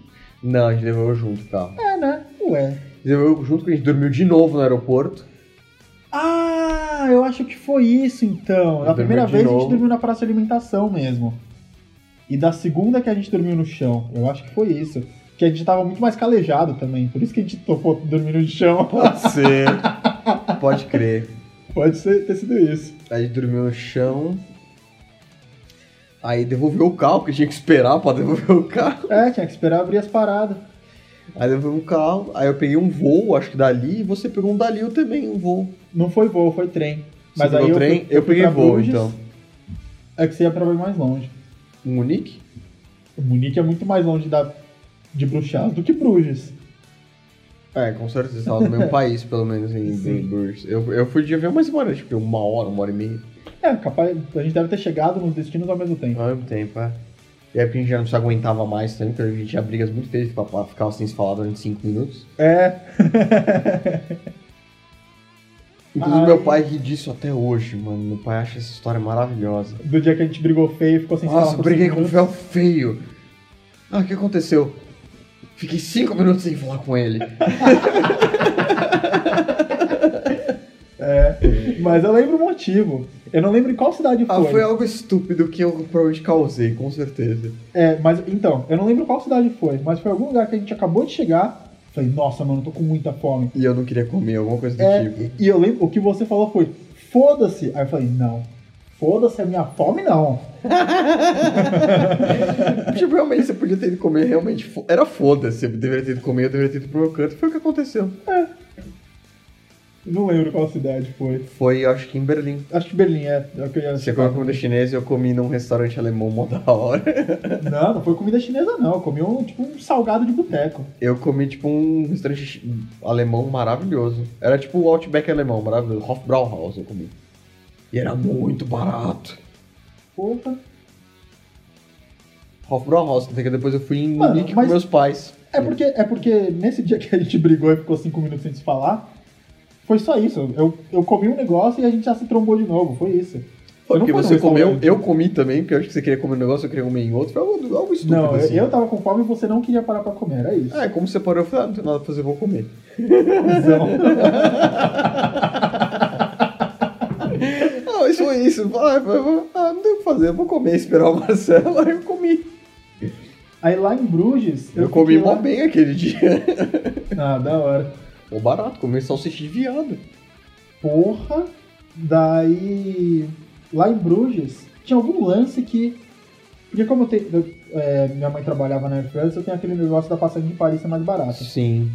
Speaker 3: Não, a gente devolveu junto, tá?
Speaker 2: É, né? Ué.
Speaker 3: A gente devolveu junto porque a gente dormiu de novo no aeroporto.
Speaker 2: Ah, eu acho que foi isso então. Da
Speaker 3: Dormiu
Speaker 2: primeira
Speaker 3: de
Speaker 2: vez a gente
Speaker 3: novo.
Speaker 2: dormiu na praça de alimentação mesmo. E da segunda que a gente dormiu no chão. Eu acho que foi isso. Que a gente tava muito mais calejado também. Por isso que a gente topou dormir no chão.
Speaker 3: Pode ser. Pode crer.
Speaker 2: Pode ser, ter sido isso.
Speaker 3: A gente dormiu no chão. Aí devolveu o carro, porque tinha que esperar pra devolver o carro.
Speaker 2: É, tinha que esperar abrir as paradas.
Speaker 3: Aí eu fui um carro, aí eu peguei um voo, acho que dali, e você pegou um dali eu também, um voo.
Speaker 2: Não foi voo, foi trem.
Speaker 3: Você
Speaker 2: Mas
Speaker 3: pegou
Speaker 2: aí eu,
Speaker 3: trem,
Speaker 2: fui-
Speaker 3: eu
Speaker 2: fui
Speaker 3: peguei
Speaker 2: pra
Speaker 3: voo,
Speaker 2: Bruges,
Speaker 3: então.
Speaker 2: É que você ia pra bem mais longe.
Speaker 3: Um Unique?
Speaker 2: O Munique é muito mais longe da, de Bruxelas do que Bruges.
Speaker 3: É, com certeza, estava no mesmo país, pelo menos, em, em
Speaker 2: Sim.
Speaker 3: Bruges. Eu, eu fui de avião, mas mano, tipo, uma hora, uma hora e meia.
Speaker 2: É, capaz. A gente deve ter chegado nos destinos ao mesmo um tempo.
Speaker 3: Ao mesmo tempo, é. E aí porque a gente já não se aguentava mais também, porque a gente tinha brigas muito feias, ficava, ficava sem se falar durante cinco minutos.
Speaker 2: É.
Speaker 3: Inclusive,
Speaker 2: Ai.
Speaker 3: meu pai ri disso até hoje, mano. Meu pai acha essa história maravilhosa.
Speaker 2: Do dia que a gente brigou feio e ficou sem se
Speaker 3: Nossa,
Speaker 2: falar
Speaker 3: eu
Speaker 2: por
Speaker 3: briguei
Speaker 2: cinco
Speaker 3: com o
Speaker 2: minutos.
Speaker 3: véu feio. Ah, o que aconteceu? Fiquei cinco minutos sem falar com ele.
Speaker 2: É. Mas eu lembro o motivo. Eu não lembro em qual cidade
Speaker 3: Ah,
Speaker 2: foi.
Speaker 3: foi algo estúpido que eu provavelmente causei, com certeza.
Speaker 2: É, mas então, eu não lembro qual cidade foi, mas foi algum lugar que a gente acabou de chegar. Falei, nossa, mano, eu tô com muita fome.
Speaker 3: E eu não queria comer, alguma coisa do
Speaker 2: É,
Speaker 3: tipo.
Speaker 2: e eu lembro, o que você falou foi, foda-se. Aí eu falei, não, foda-se a minha fome, não.
Speaker 3: Tipo, realmente você podia ter ido comer, realmente. fo- Era foda-se, eu deveria ter ido comer, eu deveria ter ido pro meu canto. Foi o que aconteceu.
Speaker 2: Não lembro qual cidade foi.
Speaker 3: Foi, acho que em Berlim.
Speaker 2: Acho que Berlim é. é o que eu ia
Speaker 3: Você comeu comida chinesa e eu comi num restaurante alemão mó da hora.
Speaker 2: Não, não foi comida chinesa, não. Eu comi um, tipo, um salgado de boteco.
Speaker 3: Eu comi, tipo, um restaurante chi- alemão maravilhoso. Era tipo o Outback alemão, maravilhoso. Hofbrauhaus eu comi. E era muito barato.
Speaker 2: Porra.
Speaker 3: Ralph Brown House, até é que depois eu fui em
Speaker 2: Mano,
Speaker 3: Nick
Speaker 2: mas-
Speaker 3: com meus pais.
Speaker 2: É porque, é porque nesse dia que a gente brigou e ficou cinco minutos sem se falar, foi só isso. Eu, eu comi um negócio e a gente já se trombou de novo. Foi isso.
Speaker 3: Foi
Speaker 2: não
Speaker 3: porque
Speaker 2: foi no
Speaker 3: você comeu,
Speaker 2: restaurante.
Speaker 3: eu comi também, porque eu acho que você queria comer um negócio, eu queria comer em outro. Foi algo, algo estúpido,
Speaker 2: não, eu-
Speaker 3: assim.
Speaker 2: eu tava com fome e você não queria parar pra comer. Era isso.
Speaker 3: É, como você parou, eu falei, ah, não tem nada pra fazer, eu vou comer.
Speaker 2: Então,
Speaker 3: Não, isso foi isso. Ah, eu falei, ah, não tem o que fazer, eu vou comer, esperar o Marcelo, aí eu comi.
Speaker 2: aí lá em Bruges.
Speaker 3: Eu, comi
Speaker 2: fiquei
Speaker 3: mó
Speaker 2: lá...
Speaker 3: bem aquele dia.
Speaker 2: Ah, da hora.
Speaker 3: Mó barato, comi salsicha de viado.
Speaker 2: Porra! Daí. Lá em Bruges, tinha algum lance que. Porque como eu tenho. eu- é, minha mãe trabalhava na Air France, eu tenho aquele negócio da passagem de Paris ser mais barata.
Speaker 3: Sim.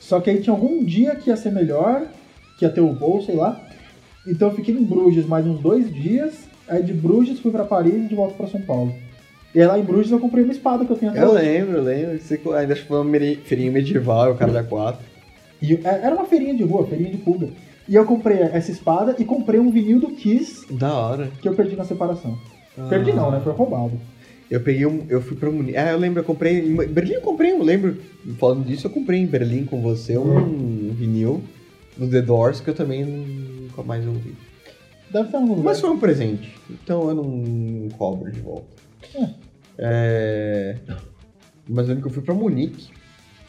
Speaker 2: Só que aí tinha algum dia que ia ser melhor, que ia ter o voo, sei lá. Então eu fiquei em Bruges mais uns dois dias. Aí de Bruges fui pra Paris e de volta pra São Paulo. E aí lá em Bruges eu comprei uma espada que eu tenho até
Speaker 3: Eu
Speaker 2: hoje.
Speaker 3: lembro, eu lembro. Você co- ainda acho que foi uma meri- feirinha medieval, o cara da 4.
Speaker 2: E eu- é- era uma feirinha de rua, feirinha de pulga. E eu comprei essa espada e comprei um vinil do Kiss
Speaker 3: Da hora.
Speaker 2: que eu perdi na separação. Perdi não, né? Foi roubado.
Speaker 3: Eu peguei um. Eu fui pra Munique. Ah, eu lembro, eu comprei. Em Berlim eu comprei, eu lembro. Falando disso, eu comprei em Berlim com você um vinil do The Doors que eu também nunca mais ouvi.
Speaker 2: Deve ter algum lugar.
Speaker 3: Mas foi um presente. Então eu não cobro de volta. É. Mas eu lembro que eu fui pra Munique.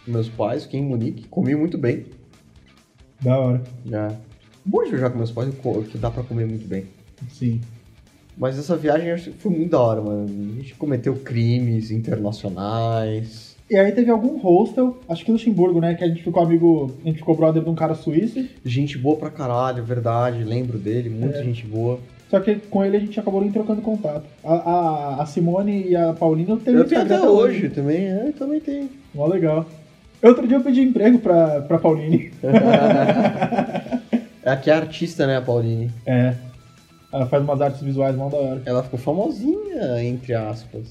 Speaker 3: com Meus pais, fiquei em Munique, comi muito bem.
Speaker 2: Da hora.
Speaker 3: Já. Bom de viajar com meus pais, co- que dá pra comer muito bem.
Speaker 2: Sim.
Speaker 3: Mas essa viagem eu acho que foi muito da hora, mano. A gente cometeu crimes internacionais.
Speaker 2: E aí teve algum hostel, acho que Luxemburgo, né? Que a gente ficou amigo, a gente ficou brother de um cara suíço.
Speaker 3: Gente boa pra caralho, verdade. Lembro dele, muita gente boa.
Speaker 2: Só que com ele a gente acabou nem trocando contato. A, a- a Simone e a Paulina eu tenho
Speaker 3: Eu tenho
Speaker 2: Instagram
Speaker 3: até hoje também, é, eu também tenho.
Speaker 2: Mó legal. Outro dia eu pedi emprego pra, pra Pauline.
Speaker 3: Aqui é artista, né, a Pauline?
Speaker 2: É. Ela faz umas artes visuais mó da hora.
Speaker 3: Ela ficou famosinha, entre aspas.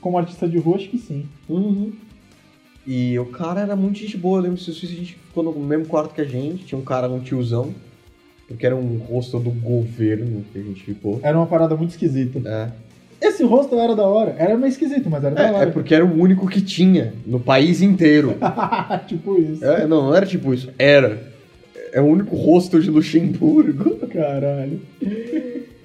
Speaker 2: Como artista de rua, acho que sim.
Speaker 3: Uhum. E o cara era muito gente boa, eu lembro se a gente ficou no mesmo quarto que a gente, tinha um cara, um tiozão, porque era um rosto do governo que a gente ficou.
Speaker 2: Era uma parada muito esquisita.
Speaker 3: É,
Speaker 2: Esse rosto era da hora. Era meio esquisito, mas era da
Speaker 3: é, é
Speaker 2: hora.
Speaker 3: porque era o único que tinha no país inteiro.
Speaker 2: tipo isso.
Speaker 3: É, não, não era tipo isso, era. É o único rosto de Luxemburgo.
Speaker 2: Caralho.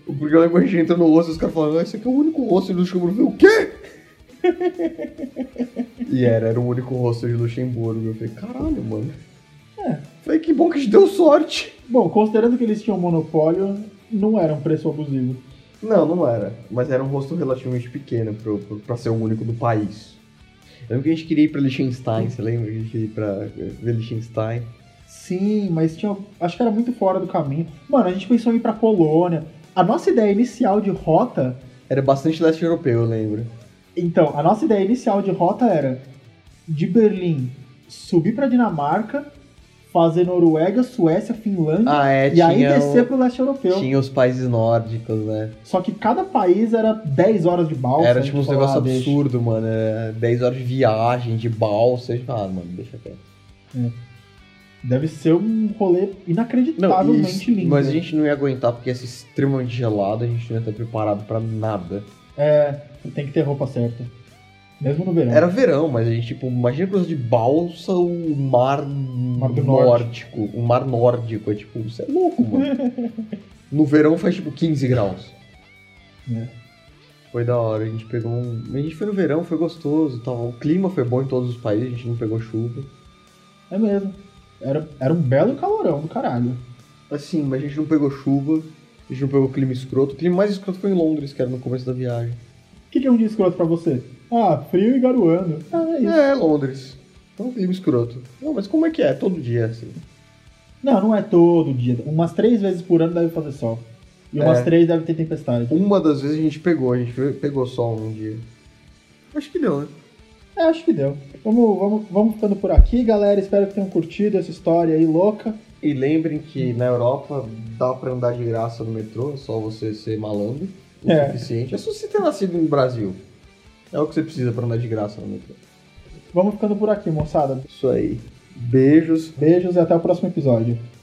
Speaker 3: Porque eu lembro que a gente entrando no rosto e os caras falando, ah, esse aqui é o único rosto de Luxemburgo. Eu falei, o quê? e era, era o único rosto de Luxemburgo. Eu falei, caralho, mano.
Speaker 2: É.
Speaker 3: Falei, que bom que a gente deu sorte.
Speaker 2: Bom, considerando que eles tinham monopólio, não era um preço abusivo.
Speaker 3: Não, não era. Mas era um rosto relativamente pequeno pro, pro, pra ser o único do país. Eu lembro que a gente queria ir pra Liechtenstein, você lembra? que A gente queria ir pra ver Liechtenstein.
Speaker 2: Sim, mas tinha. Acho que era muito fora do caminho. Mano, a gente pensou em ir pra Polônia. A nossa ideia inicial de rota.
Speaker 3: Era bastante leste europeu, eu lembro.
Speaker 2: Então, a nossa ideia inicial de rota era de Berlim subir pra Dinamarca, fazer Noruega, Suécia, Finlândia
Speaker 3: Ah, é,
Speaker 2: e aí
Speaker 3: tinha,
Speaker 2: descer pro leste europeu.
Speaker 3: o, tinha os países nórdicos, né?
Speaker 2: Só que cada país era 10 horas de balsa.
Speaker 3: era
Speaker 2: a
Speaker 3: tipo
Speaker 2: gente
Speaker 3: uns
Speaker 2: falou,
Speaker 3: negócios
Speaker 2: ah, deixa.
Speaker 3: absurdos, mano. É, 10 horas de viagem, de balsa. A gente fala, Ah, mano, deixa quieto.
Speaker 2: Deve ser um rolê inacreditavelmente
Speaker 3: isso-
Speaker 2: lindo.
Speaker 3: mas a gente não ia aguentar porque ia ser extremamente gelado, a gente não ia estar preparado pra nada.
Speaker 2: É, tem que ter roupa certa. Mesmo no verão.
Speaker 3: Era verão, mas a gente, tipo, imagina coisa de balsa, o mar,
Speaker 2: do
Speaker 3: nórdico. O mar nórdico. É tipo, você é louco, mano. no verão faz tipo 15 graus.
Speaker 2: É.
Speaker 3: Foi da hora, a gente pegou um. A gente foi no verão, foi gostoso e tal. O clima foi bom em todos os países, a gente não pegou chuva.
Speaker 2: É mesmo. Era, era um belo calorão do caralho.
Speaker 3: Assim, mas a gente não pegou chuva, a gente não pegou clima escroto. O clima mais escroto foi em Londres, que era no começo da viagem.
Speaker 2: O que, que é um dia escroto pra você? Ah, frio e garoando. Ah, é isso.
Speaker 3: É, Londres. Foi um clima escroto. Não, mas como é que é? Todo dia, assim.
Speaker 2: Não, não é todo dia. Umas três vezes por ano deve fazer sol. E umas
Speaker 3: É.
Speaker 2: três deve ter tempestade.
Speaker 3: Uma das vezes a gente pegou, a gente pegou sol um dia. Acho que deu, né?
Speaker 2: É, acho que deu. Vamos, vamos, vamos ficando por aqui, galera. Espero que tenham curtido essa história aí louca.
Speaker 3: E lembrem que na Europa dá pra andar de graça no metrô, é só você ser malandro o
Speaker 2: É.
Speaker 3: suficiente. É só você ter nascido no Brasil. É o que você precisa pra andar de graça no metrô.
Speaker 2: Vamos ficando por aqui, moçada.
Speaker 3: Isso aí. Beijos.
Speaker 2: Beijos e até o próximo episódio.